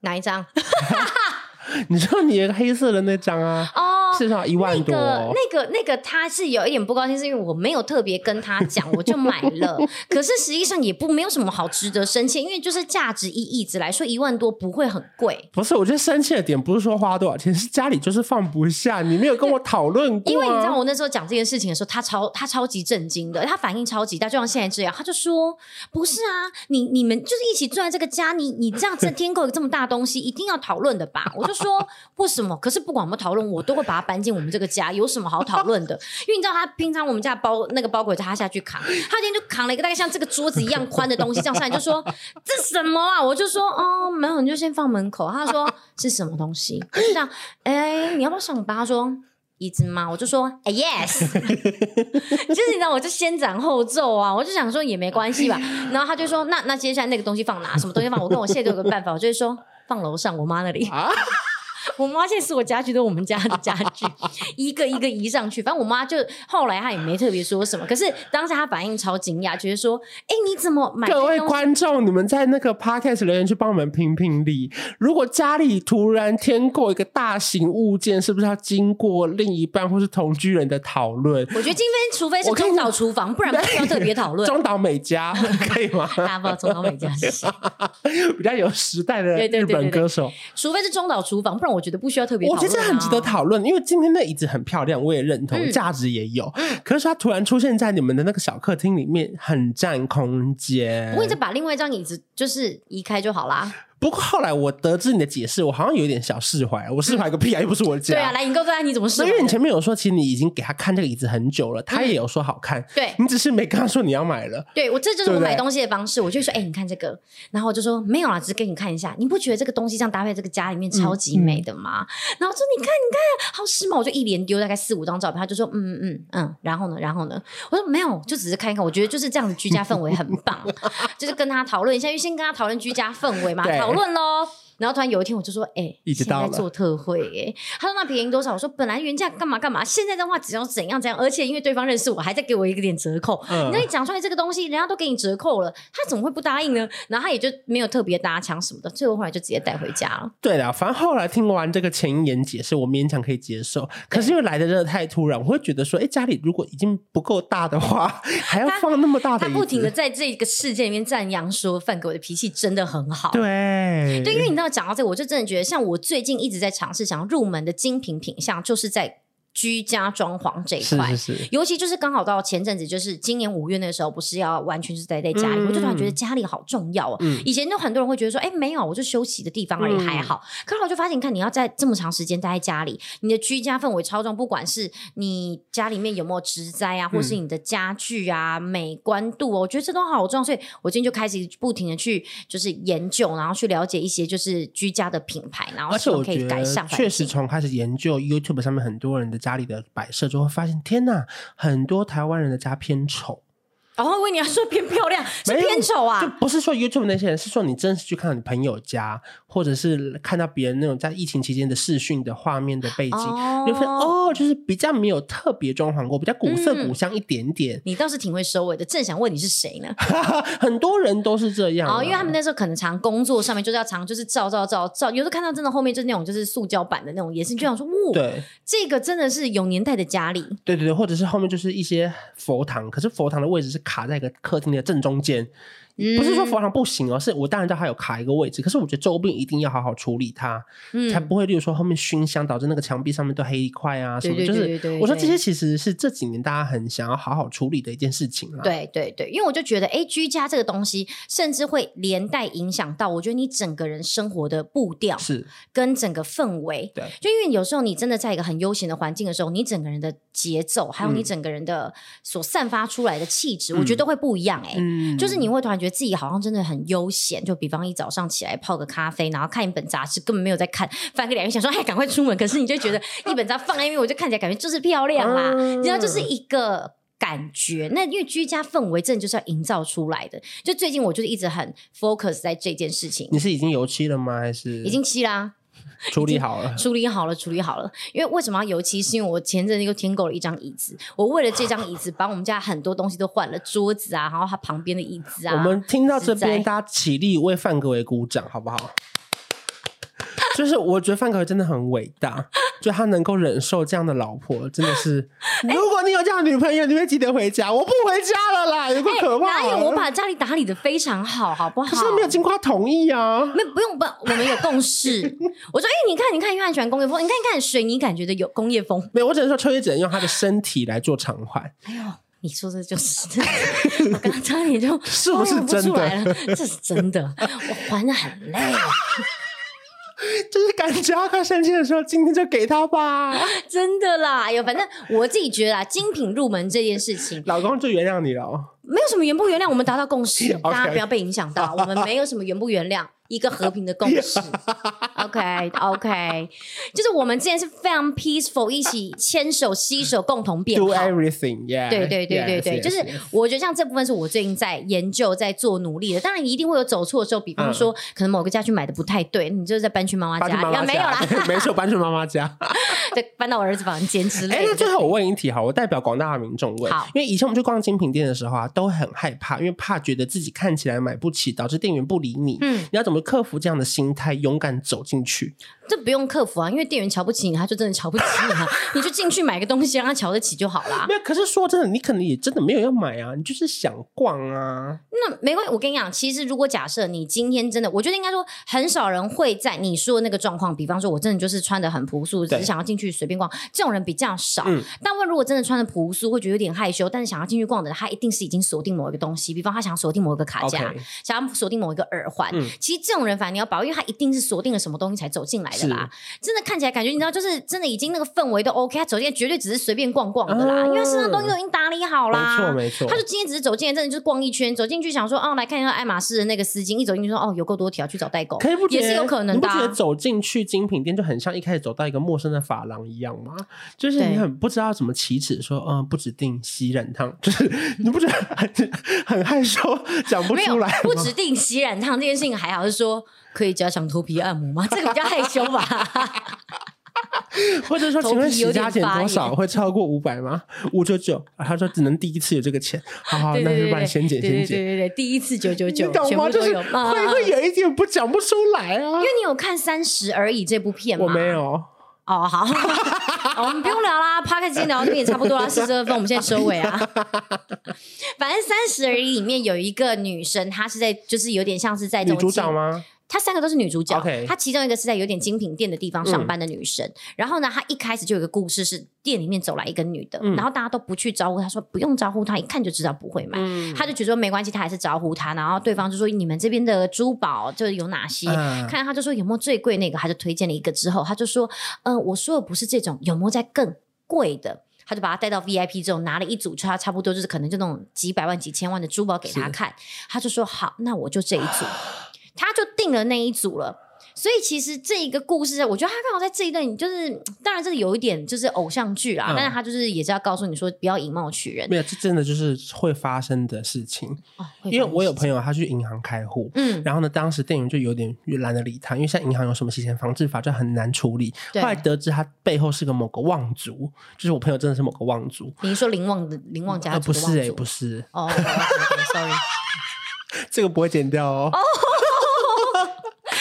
[SPEAKER 2] 哪一张？
[SPEAKER 1] 你知道你有一个黑色的那张啊，
[SPEAKER 2] 哦，
[SPEAKER 1] 至少一万
[SPEAKER 2] 那
[SPEAKER 1] 多。哦
[SPEAKER 2] 个、那个、那个，他是有一点不高兴，是因为我没有特别跟他讲，我就买 了。可是实际上也不没有什么好值得生气，因为就是价值一亿子来说，一万多不会很贵。
[SPEAKER 1] 不是，我觉得生气的点不是说花多少钱，是家里就是放不下，你没有跟我讨论过、啊。
[SPEAKER 2] 因为你知道，我那时候讲这件事情的时候，他超他超级震惊的，他反应超级大，就像现在这样，他就说：“不是啊，你你们就是一起住在这个家，你你这样子添购一个这么大东西，一定要讨论的吧？” 我就说：“为什么？可是不管我们讨论，我都会把它搬进我们这个家，有什么好讨论的？因为你知道，他平常我们家的包那个包裹他下去扛，他今天就扛了一个大概像这个桌子一样宽的东西，这样上来就说：‘这什么啊？’我就说：‘哦，没有，你就先放门口。’他说：‘是什么东西？’我就这样，哎、你要不要上班？他说。椅子吗？我就说、哎 yes，就是你知道，我就先斩后奏啊，我就想说也没关系吧。然后他就说，那那接下来那个东西放哪？什么东西放？我跟我现在都有个办法，我就是说放楼上我妈那里。
[SPEAKER 1] 啊，
[SPEAKER 2] 我妈现在所有家具都是我们家的家具，一个一个移上去。反正我妈就后来她也没特别说什么，可是当时她反应超惊讶，觉得说，哎、你怎么买这
[SPEAKER 1] 各位
[SPEAKER 2] 东西？
[SPEAKER 1] 观众，你们在那个 podcast 留言区帮我们评评理。如果家里突然添购一个大型物件，是不是要经过另一半或是同居人的讨论？
[SPEAKER 2] 我觉得今天除非是
[SPEAKER 1] 我跟你
[SPEAKER 2] 中岛厨房，不然不需要特别讨 论。
[SPEAKER 1] 中岛美嘉可以吗？
[SPEAKER 2] 大家不知道中岛美嘉是谁，
[SPEAKER 1] 比较有时代的
[SPEAKER 2] 对对对
[SPEAKER 1] 日本
[SPEAKER 2] 对对
[SPEAKER 1] 歌手，
[SPEAKER 2] 除非是中岛厨房，不然我觉得不需要特别讨
[SPEAKER 1] 我
[SPEAKER 2] 论、
[SPEAKER 1] 觉
[SPEAKER 2] 啊。
[SPEAKER 1] 得这很值得讨论，因为今天那椅子很漂亮，我也认同，
[SPEAKER 2] 嗯
[SPEAKER 1] 价值也有。可是它突然出现在你们的那个小客厅里面，很占空间
[SPEAKER 2] 不。会再把另外一张椅子就是移开就好啦。
[SPEAKER 1] 不过后来我得知你的解释，我好像有点小释怀。我释怀个屁啊，又不是我的家。
[SPEAKER 2] 对啊，来，你告诉大家你怎么试
[SPEAKER 1] 那
[SPEAKER 2] 完
[SPEAKER 1] 因
[SPEAKER 2] 的。
[SPEAKER 1] 为你前面有说，其实你已经给他看这个椅子很久了，他也有说好看，
[SPEAKER 2] 对
[SPEAKER 1] 你只是没跟他说你要买了。
[SPEAKER 2] 对我这就是
[SPEAKER 1] 对
[SPEAKER 2] 我
[SPEAKER 1] 不对
[SPEAKER 2] 买东西的方式，我就会说，哎、你看这个，然后我就说没有啦，只是给你看一下。你不觉得这个东西这样搭配这个家里面超级美的吗？
[SPEAKER 1] 嗯
[SPEAKER 2] 然后说你看，你看，好时髦，我就一连丢大概四五张照片，他就说，嗯嗯嗯，然后呢，然后呢，我说没有，就只是看一看，我觉得就是这样的居家氛围很 棒，就是跟他讨论一下，因为先跟他讨论居家氛围嘛，
[SPEAKER 1] 对
[SPEAKER 2] 讨论喽。然后突然有一天，我就说：“哎、
[SPEAKER 1] 椅子
[SPEAKER 2] 现
[SPEAKER 1] 到
[SPEAKER 2] 在
[SPEAKER 1] 了
[SPEAKER 2] 做特惠哎、他说：“那便宜多少？”我说：“本来原价干嘛干嘛，现在的话只要怎样怎样，而且因为对方认识我，还在给我一个点折扣，
[SPEAKER 1] 嗯
[SPEAKER 2] 你知道你讲出来这个东西，人家都给你折扣了，他怎么会不答应呢？然后他也就没有特别搭腔什么的，最后后来就直接带回家了。
[SPEAKER 1] 对啦，反正后来听完这个前言解释，我勉强可以接受。可是因为来的真的太突然，我会觉得说，哎、家里如果已经不够大的话，还要放那么大的
[SPEAKER 2] 他
[SPEAKER 1] 椅子，
[SPEAKER 2] 不停的在这个事件里面赞扬说范哥我的脾气真的很好。
[SPEAKER 1] 对
[SPEAKER 2] 对，因为你知道讲到这个，我就真的觉得，像我最近一直在尝试想要入门的精品品相，就是在居家装潢这一
[SPEAKER 1] 是
[SPEAKER 2] 块。
[SPEAKER 1] 是是，
[SPEAKER 2] 尤其就是刚好到前阵子，就是今年五月那时候，不是要完全是待在家里，
[SPEAKER 1] 嗯
[SPEAKER 2] 我就突然觉得家里好重要哦。
[SPEAKER 1] 嗯
[SPEAKER 2] 以前就很多人会觉得说，哎、没有，我就休息的地方而已，
[SPEAKER 1] 嗯
[SPEAKER 2] 还好。可是我就发现，你看你要在这么长时间待在家里，你的居家氛围超重，不管是你家里面有没有植栽啊，或
[SPEAKER 1] 嗯
[SPEAKER 2] 是你的家具啊、美观度哦，我觉得这都好重要。所以我今天就开始不停的去就是研究，然后去了解一些就是居家的品牌，然后
[SPEAKER 1] 而
[SPEAKER 2] 希
[SPEAKER 1] 且
[SPEAKER 2] 望
[SPEAKER 1] 我
[SPEAKER 2] 可
[SPEAKER 1] 觉
[SPEAKER 2] 以改
[SPEAKER 1] 得
[SPEAKER 2] 善环
[SPEAKER 1] 确实
[SPEAKER 2] 境。
[SPEAKER 1] 从开始研究 YouTube 上面很多人的家里的摆设，就会发现，天呐，很多台湾人的家偏丑。
[SPEAKER 2] 然哦后为你要说偏漂亮，是
[SPEAKER 1] 没有
[SPEAKER 2] 偏丑啊
[SPEAKER 1] 就。不是说 YouTube 那些人，是说你真实去看你朋友家，或者是看到别人那种在疫情期间的视讯的画面的背景，你就发现哦，就是比较没有特别装潢过，比较古色
[SPEAKER 2] 嗯
[SPEAKER 1] 古香一点点，
[SPEAKER 2] 你倒是挺会收尾的，正想问你是谁呢？
[SPEAKER 1] 很多人都是这样、啊。
[SPEAKER 2] 哦，因为他们那时候可能常工作上面就是要常就是照照照照，有时候看到真的后面就是那种就是塑胶板的那种也是就想说，哇，
[SPEAKER 1] 对
[SPEAKER 2] 这个真的是有年代的家里，
[SPEAKER 1] 对对对，或者是后面就是一些佛堂，可是佛堂的位置是卡在一个客厅的正中间，
[SPEAKER 2] 嗯
[SPEAKER 1] 不是说佛堂不行哦，是我当然知道它有卡一个位置，可是我觉得周边一定要好好处理它，才
[SPEAKER 2] 嗯，
[SPEAKER 1] 不会，例如说后面熏香导致那个墙壁上面都黑一块啊什么。
[SPEAKER 2] 对对
[SPEAKER 1] 就
[SPEAKER 2] 对对
[SPEAKER 1] 是
[SPEAKER 2] 对
[SPEAKER 1] 我说
[SPEAKER 2] 对
[SPEAKER 1] 这些其实是这几年大家很想要好好处理的一件事情啦。，
[SPEAKER 2] 对对对，因为我就觉得，哎，居家这个东西，甚至会连带影响到，我觉得你整个人生活的步调
[SPEAKER 1] 是，
[SPEAKER 2] 跟整个氛围。
[SPEAKER 1] 对，
[SPEAKER 2] 就因为有时候你真的在一个很悠闲的环境的时候，你整个人的节奏，还有你
[SPEAKER 1] 嗯
[SPEAKER 2] 整个人的所散发出来的气质，
[SPEAKER 1] 嗯
[SPEAKER 2] 我觉得都会不一样哎、
[SPEAKER 1] 嗯
[SPEAKER 2] 就是你会突然觉得自己好像真的很悠闲，就比方一早上起来泡个咖啡，然后看一本杂志，根本没有在看，翻个两页想说哎赶快出门，可是你就 觉得一本杂志放在那边，我就看起来感觉就是漂亮啦，
[SPEAKER 1] 嗯
[SPEAKER 2] 你知道就是一个。感觉那因为居家氛围真的就是要营造出来的，就最近我就是一直很 focus 在这件事情，
[SPEAKER 1] 你是已经油漆了吗？还是
[SPEAKER 2] 已经期啦、
[SPEAKER 1] 处理好了？
[SPEAKER 2] 处理好了，处理好了。因为为什么要油漆？是因为我前阵子又添购了一张椅子，我为了这张椅子，把我们家很多东西都换了，桌子啊，然后它旁边的椅子啊。
[SPEAKER 1] 我们听到这
[SPEAKER 2] 实
[SPEAKER 1] 边，
[SPEAKER 2] 在
[SPEAKER 1] 大家起立为范格维鼓掌，好不 好？就是我觉得范格维真的很伟大，就他能够忍受这样的老婆，真的 是。
[SPEAKER 2] 哎
[SPEAKER 1] 如果你有这样的女朋友，你会记得回家。我不回家了啦，有个
[SPEAKER 2] 哎
[SPEAKER 1] 可怕啊
[SPEAKER 2] 哪
[SPEAKER 1] 了。
[SPEAKER 2] 有我把家里打理的非常好，好不好？
[SPEAKER 1] 可是没有经过他同意啊。
[SPEAKER 2] 没有不用不，我们有共识。 我说，哎、你看，你看，因为很喜欢工业风，你看，你看水泥感觉的有工业风。
[SPEAKER 1] 没有，我只能说秋叶只能用他的身体来做偿还，
[SPEAKER 2] 哎呦，你说的就是 真的，我刚刚差点就是
[SPEAKER 1] 不是真
[SPEAKER 2] 哦
[SPEAKER 1] 的
[SPEAKER 2] 出来了，这是真的，我还的很累。
[SPEAKER 1] 就是感觉他快生气的时候，今天就给他 吧。
[SPEAKER 2] 真的啦，哎呦，反正我自己觉得啊，精品入门这件事情
[SPEAKER 1] 老公就原谅你了哦。
[SPEAKER 2] 没有什么原不原谅，我们达到共识，大家
[SPEAKER 1] OK
[SPEAKER 2] 不要被影 响到，我们没有什么原不原谅，一个和平的共识。OK OK，就是我们之前是非常 peaceful，一起牵手携手共同变
[SPEAKER 1] Do
[SPEAKER 2] 好。
[SPEAKER 1] everything，yeah。
[SPEAKER 2] 对对对对对，就是我觉得像这部分是我最近在研究、在做努力的。当然，一定会有走错的时候，比方说、可能某个家具买的不太对，你就是在搬去妈妈
[SPEAKER 1] 嗯搬去
[SPEAKER 2] 家，
[SPEAKER 1] 妈
[SPEAKER 2] 要
[SPEAKER 1] 妈家，
[SPEAKER 2] 没有啦，
[SPEAKER 1] 没事，我搬去妈妈 家。
[SPEAKER 2] 对，搬到我儿子房间之
[SPEAKER 1] 哎、
[SPEAKER 2] 类
[SPEAKER 1] 那
[SPEAKER 2] 的。
[SPEAKER 1] 最后我问一题哈，我代表广大的民众问
[SPEAKER 2] 好，
[SPEAKER 1] 因为以前我们去逛精品店的时候啊，都很害怕，因为怕觉得自己看起来买不起，导致店员不理你。
[SPEAKER 2] 嗯
[SPEAKER 1] 你要怎么克服这样的心态，勇敢走进去？
[SPEAKER 2] 这不用客服啊，因为店员瞧不起你，他就真的瞧不起你啊。你就进去买个东西，让他瞧得起就好啦
[SPEAKER 1] 没。有，可是说真的，你可能也真的没有要买啊，你就是想逛啊。
[SPEAKER 2] 那没关系，我跟你讲，其实如果假设你今天真的，我觉得应该说很少人会在你说的那个状况，比方说我真的就是穿的很朴素，只
[SPEAKER 1] 对
[SPEAKER 2] 是想要进去随便逛，这种人比较少。
[SPEAKER 1] 嗯
[SPEAKER 2] 但问如果真的穿的朴素，会觉得有点害羞，但是想要进去逛的人，他一定是已经锁定某一个东西，比方他想锁定某一个卡夹
[SPEAKER 1] OK
[SPEAKER 2] 想要锁定某一个耳环。
[SPEAKER 1] 嗯
[SPEAKER 2] 其实这种人反而你要把握，因为他一定是锁定了什么东西才走进来的啦。真的看起来感觉你知道，就是真的已经那个氛围都 OK，他走进来绝对只是随便逛逛的啦，
[SPEAKER 1] 嗯
[SPEAKER 2] 因为他身上东西都已经打理好啦。
[SPEAKER 1] 没错没错
[SPEAKER 2] 他就今天只是走进来，真的就是逛一圈，走进去想说哦，来看一下爱马仕的那个丝巾，一走进去说哦，有够多条，去找代购，
[SPEAKER 1] 可以不觉
[SPEAKER 2] 也
[SPEAKER 1] 得
[SPEAKER 2] 是有可能
[SPEAKER 1] 你不
[SPEAKER 2] 的啊、
[SPEAKER 1] 觉得走进去精品店就很像一开始走到一个陌生的发廊一样吗？就是你
[SPEAKER 2] 对
[SPEAKER 1] 很不知道怎么启齿，说嗯不指定洗染烫， 就是你不觉得很很害羞，讲不
[SPEAKER 2] 没有
[SPEAKER 1] 出来吗？
[SPEAKER 2] 不指定洗染烫这件事情还好，是说可以加强头皮按 摩吗？这个比较害羞吧。
[SPEAKER 1] 或者说，
[SPEAKER 2] 头
[SPEAKER 1] 请问
[SPEAKER 2] 皮
[SPEAKER 1] 洗
[SPEAKER 2] 有
[SPEAKER 1] 加
[SPEAKER 2] 点
[SPEAKER 1] 减
[SPEAKER 2] 发
[SPEAKER 1] 多
[SPEAKER 2] 炎
[SPEAKER 1] 少？会超过五百吗？五九九。啊他说只能第一次有这个钱，好好，
[SPEAKER 2] 对
[SPEAKER 1] 那
[SPEAKER 2] 对
[SPEAKER 1] 就
[SPEAKER 2] 对
[SPEAKER 1] 帮你
[SPEAKER 2] 对，
[SPEAKER 1] 先减
[SPEAKER 2] 对
[SPEAKER 1] 先
[SPEAKER 2] 对对
[SPEAKER 1] 减。
[SPEAKER 2] 对对，第一次九九
[SPEAKER 1] 你
[SPEAKER 2] 九，
[SPEAKER 1] 懂
[SPEAKER 2] 全
[SPEAKER 1] 吗？
[SPEAKER 2] 部
[SPEAKER 1] 就
[SPEAKER 2] 都
[SPEAKER 1] 是
[SPEAKER 2] 有。啊
[SPEAKER 1] 会会有一点不讲不出来啊
[SPEAKER 2] 因。为你有看《三十而已》这部片吗？
[SPEAKER 1] 我没有，
[SPEAKER 2] 哦，好， 哦我们不用聊啦 p o d c a s 今天聊到这边也差 不多啦，四十二分，我们现在收尾啊。 反正《三十而已》里面有一个女生，她是在就是有点像是在这
[SPEAKER 1] 女
[SPEAKER 2] 种
[SPEAKER 1] 主角吗？
[SPEAKER 2] 她三个都是女主角
[SPEAKER 1] OK 嗯
[SPEAKER 2] 她其中一个是在有点精品店的地方上班的女生。然后呢，她一开始就有一个故事是店里面走来一个女的，
[SPEAKER 1] 嗯
[SPEAKER 2] 然后大家都不去招呼她，说不用招呼她，一看就知道不会买。
[SPEAKER 1] 嗯，
[SPEAKER 2] 她就觉得说没关系，她还是招呼她。然后对方就说你们这边的珠宝就是有哪些？
[SPEAKER 1] 嗯
[SPEAKER 2] 看她就说有没有最贵那个，她就推荐了一个之后，她就说嗯、呃我说的不是这种，有没有在更贵的？她就把她带到 VIP 之后，拿了一组，差差不多就是可能就那种几百万、几千万的珠宝给她
[SPEAKER 1] 是
[SPEAKER 2] 看，她就说好，那我就这一组，她就定了那一组了。所以其实这一个故事，我觉得他刚好在这一段，就是当然这个有一点就是偶像剧啦，
[SPEAKER 1] 嗯
[SPEAKER 2] 但是他就是也是要告诉你说不要以貌取人
[SPEAKER 1] 没有，这真的就是会发生的事情。
[SPEAKER 2] 哦。会
[SPEAKER 1] 因为
[SPEAKER 2] 发
[SPEAKER 1] 我有
[SPEAKER 2] 生
[SPEAKER 1] 朋友他去银行开户，
[SPEAKER 2] 嗯，
[SPEAKER 1] 然后呢，当时店员就有点懒得理他，因为现在银行有什么洗钱防治法就很难处理。后
[SPEAKER 2] 对
[SPEAKER 1] 来得知他背后是个某个望族，就是我朋友真的是某个望族。
[SPEAKER 2] 你是说林旺的林旺家
[SPEAKER 1] 啊，
[SPEAKER 2] 族
[SPEAKER 1] 不
[SPEAKER 2] 的
[SPEAKER 1] 是
[SPEAKER 2] 旺
[SPEAKER 1] 哎、
[SPEAKER 2] 族
[SPEAKER 1] 不是，
[SPEAKER 2] 哦，OK，OK，，sorry，
[SPEAKER 1] 这个不会剪掉哦。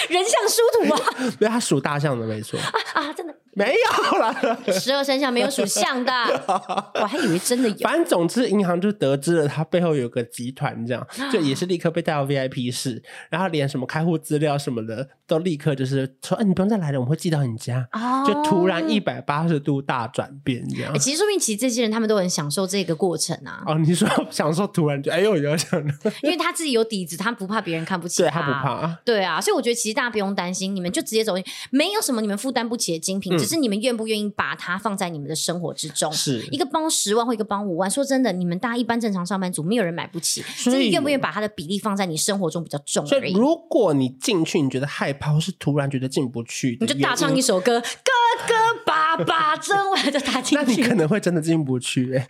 [SPEAKER 2] 人像殊途啊
[SPEAKER 1] 啊对，他属大象的没错。
[SPEAKER 2] 啊，真的
[SPEAKER 1] 没有啦。
[SPEAKER 2] 十二生肖没有属相的， 我还以为真的有。
[SPEAKER 1] 反正总之，银行就得知了他背后有个集团，这 样就也是立刻被带到 VIP 室，然后连什么开户资料什么的都立刻就是说，哎、你不用再来了，我们会寄到你家。
[SPEAKER 2] 哦
[SPEAKER 1] 就突然一百八十度大转变这样
[SPEAKER 2] 欸。其实说明，其实这些人他们都很享受这个过程啊，
[SPEAKER 1] 哦，你说 想说突然就哎呦，有想到，
[SPEAKER 2] 因为他自己有底子，他不怕别人看不起
[SPEAKER 1] 对他不怕，
[SPEAKER 2] 对啊，所以我觉得其实大家不用担心，你们就直接走进，没有什么你们负担不起的精品，
[SPEAKER 1] 嗯
[SPEAKER 2] 只是你们愿不愿意把它放在你们的生活之中。
[SPEAKER 1] 是
[SPEAKER 2] 一个帮十万或一个帮五万，说真的，你们大家一般正常上班族，没有人买不起，只
[SPEAKER 1] 所以
[SPEAKER 2] 是愿不愿意把它的比例放在你生活中比较重
[SPEAKER 1] 所
[SPEAKER 2] 而
[SPEAKER 1] 以
[SPEAKER 2] 已。
[SPEAKER 1] 如果你进去，你觉得害怕，或是突然觉得进不去，
[SPEAKER 2] 你就大唱一。首歌，哥哥爸爸真晚就打进
[SPEAKER 1] 那你
[SPEAKER 2] 去
[SPEAKER 1] 可。能会真的进不去、欸，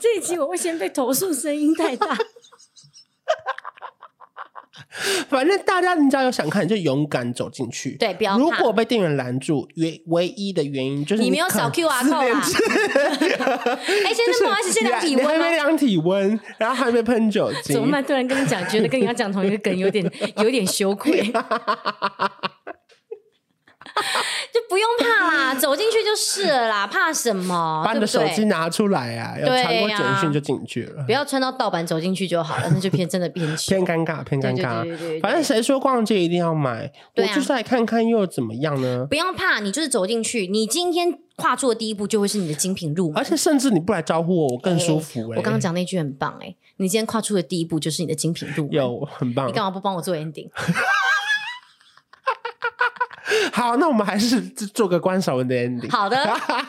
[SPEAKER 2] 这一集我会先被投诉，声音太大。
[SPEAKER 1] 反正大家你只要有想看，你就勇敢走进去。
[SPEAKER 2] 对不要怕
[SPEAKER 1] 如果被店员拦住，唯唯一的原因就是
[SPEAKER 2] 你没有
[SPEAKER 1] 可
[SPEAKER 2] 扫
[SPEAKER 1] 能
[SPEAKER 2] QR
[SPEAKER 1] 自
[SPEAKER 2] code 啊
[SPEAKER 1] 恋
[SPEAKER 2] 啦
[SPEAKER 1] 自？
[SPEAKER 2] 哎，先生，不好意思，先量体温啊
[SPEAKER 1] 你还
[SPEAKER 2] 吗
[SPEAKER 1] 没？量体温，然后还没喷酒
[SPEAKER 2] 怎么
[SPEAKER 1] 精，
[SPEAKER 2] 办？突然跟你讲，觉得跟你要讲同一个梗，有点 有点羞愧。就不用怕啦，走进去就是了啦，怕什么？
[SPEAKER 1] 把你的手
[SPEAKER 2] 对不
[SPEAKER 1] 机
[SPEAKER 2] 对
[SPEAKER 1] 拿出来啊，有
[SPEAKER 2] 对
[SPEAKER 1] 传过简
[SPEAKER 2] 呀
[SPEAKER 1] 讯就进去了
[SPEAKER 2] 不。要穿到盗版走进去就好了，那就偏真的偏 穷。
[SPEAKER 1] 偏尴尬，偏尴尬。
[SPEAKER 2] 对对对对对
[SPEAKER 1] 反正谁说逛街一定要买，
[SPEAKER 2] 对
[SPEAKER 1] 我
[SPEAKER 2] 啊
[SPEAKER 1] 就是来看看又怎么样呢？
[SPEAKER 2] 不要怕，你就是走进去，你今天跨出的第一步就会是你的精品入门
[SPEAKER 1] 而。且甚至你不来招呼我，我更舒服、欸。
[SPEAKER 2] 我刚刚讲那句很棒哎、你今天跨出的第一步就是你的精品入门。
[SPEAKER 1] 有很棒
[SPEAKER 2] 你。干嘛不帮我做 ending？
[SPEAKER 1] 好，那我们还是做个观赏文的 ending。
[SPEAKER 2] 好的，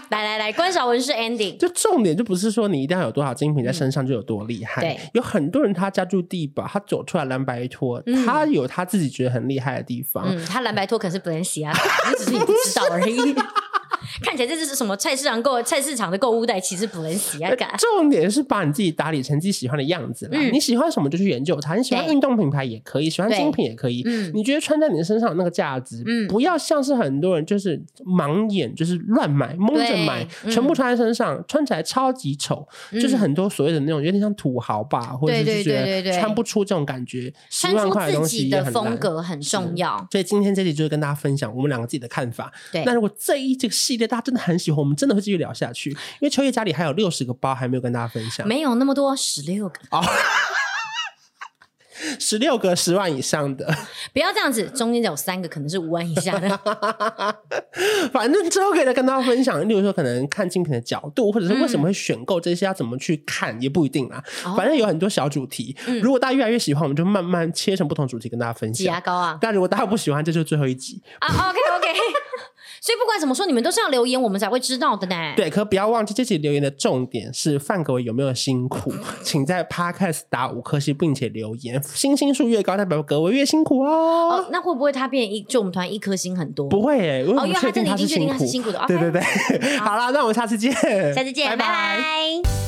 [SPEAKER 2] 来来来，关晓雯是 ending。
[SPEAKER 1] 就重点就不是说你一定要有多少精品在身上就有多厉害，
[SPEAKER 2] 嗯对
[SPEAKER 1] 有很多人他家住地堡，他走出来蓝白拖，
[SPEAKER 2] 嗯
[SPEAKER 1] 他有他自己觉得很厉害的地方。
[SPEAKER 2] 嗯，他蓝白拖可能是 Balenciaga，你啊 只是你不知道而已。 看起来这是什么菜市场购菜市场的购物袋，其实
[SPEAKER 1] 呃
[SPEAKER 2] Balenciaga。
[SPEAKER 1] 重点是把你自己打理成自己喜欢的样子啦。
[SPEAKER 2] 嗯
[SPEAKER 1] 你喜欢什么就去研究它，你喜欢
[SPEAKER 2] 对
[SPEAKER 1] 运动品牌也可以，喜欢
[SPEAKER 2] 对
[SPEAKER 1] 精品也可以。
[SPEAKER 2] 嗯
[SPEAKER 1] 你觉得穿在你的身上有那个价值，
[SPEAKER 2] 嗯
[SPEAKER 1] 不要像是很多人就是盲眼，就是乱买，蒙着买，
[SPEAKER 2] 嗯
[SPEAKER 1] 全部穿在身上，穿起来超级丑，就是很多所谓的那种有点像土豪吧，或者是
[SPEAKER 2] 对对
[SPEAKER 1] 觉得
[SPEAKER 2] 对对对
[SPEAKER 1] 穿不出这种感觉，
[SPEAKER 2] 穿
[SPEAKER 1] 十万块的
[SPEAKER 2] 出
[SPEAKER 1] 东
[SPEAKER 2] 自己
[SPEAKER 1] 西也
[SPEAKER 2] 的
[SPEAKER 1] 很
[SPEAKER 2] 风
[SPEAKER 1] 烂。
[SPEAKER 2] 格很重要，
[SPEAKER 1] 所以今天这里就是跟大家分享我们两个自己的看法。
[SPEAKER 2] 对
[SPEAKER 1] 那如果这一这个系列大家真的很喜欢，我们真的会继续聊下去，因为秋叶家里还有六十个包还没有跟大家分享。
[SPEAKER 2] 没有那么多十六个，
[SPEAKER 1] 十六个十万以上的，
[SPEAKER 2] 不要这样子，中间有三个可能是五万以 下
[SPEAKER 1] 啊
[SPEAKER 2] 的，
[SPEAKER 1] 反正之后可以再跟大家分享。例如说，可能看精品的角度，或者是为什么会选购这些，要怎么去看，也不一定啦。
[SPEAKER 2] 哦嗯
[SPEAKER 1] 反正有很多小主题，如果大家越来越喜欢，我们就慢慢切成不同主题跟大家分
[SPEAKER 2] 挤牙
[SPEAKER 1] 享。
[SPEAKER 2] 膏啊
[SPEAKER 1] 但如果大家不喜欢，这就是最后一集。
[SPEAKER 2] 啊，OK OK，所以不管怎么说，你们都是要留言，我们才会知道的呢。
[SPEAKER 1] 对，可不要忘记这期留言的重点是范格维有没有辛 苦，请在 Podcast 打五颗星，并且留言，星星数越高，代表格维越辛苦哦。
[SPEAKER 2] 哦，那会不会他变一就我们团一颗星很多？
[SPEAKER 1] 不会耶，因为我
[SPEAKER 2] 哦，
[SPEAKER 1] 们
[SPEAKER 2] 因为他
[SPEAKER 1] 确
[SPEAKER 2] 真
[SPEAKER 1] 定他
[SPEAKER 2] 的已经
[SPEAKER 1] 是
[SPEAKER 2] 确定
[SPEAKER 1] 辛
[SPEAKER 2] 他
[SPEAKER 1] 苦
[SPEAKER 2] 是。辛苦的，OK，
[SPEAKER 1] 对对对，好啦，那我们下次见，
[SPEAKER 2] 下次见，拜
[SPEAKER 1] 拜
[SPEAKER 2] 拜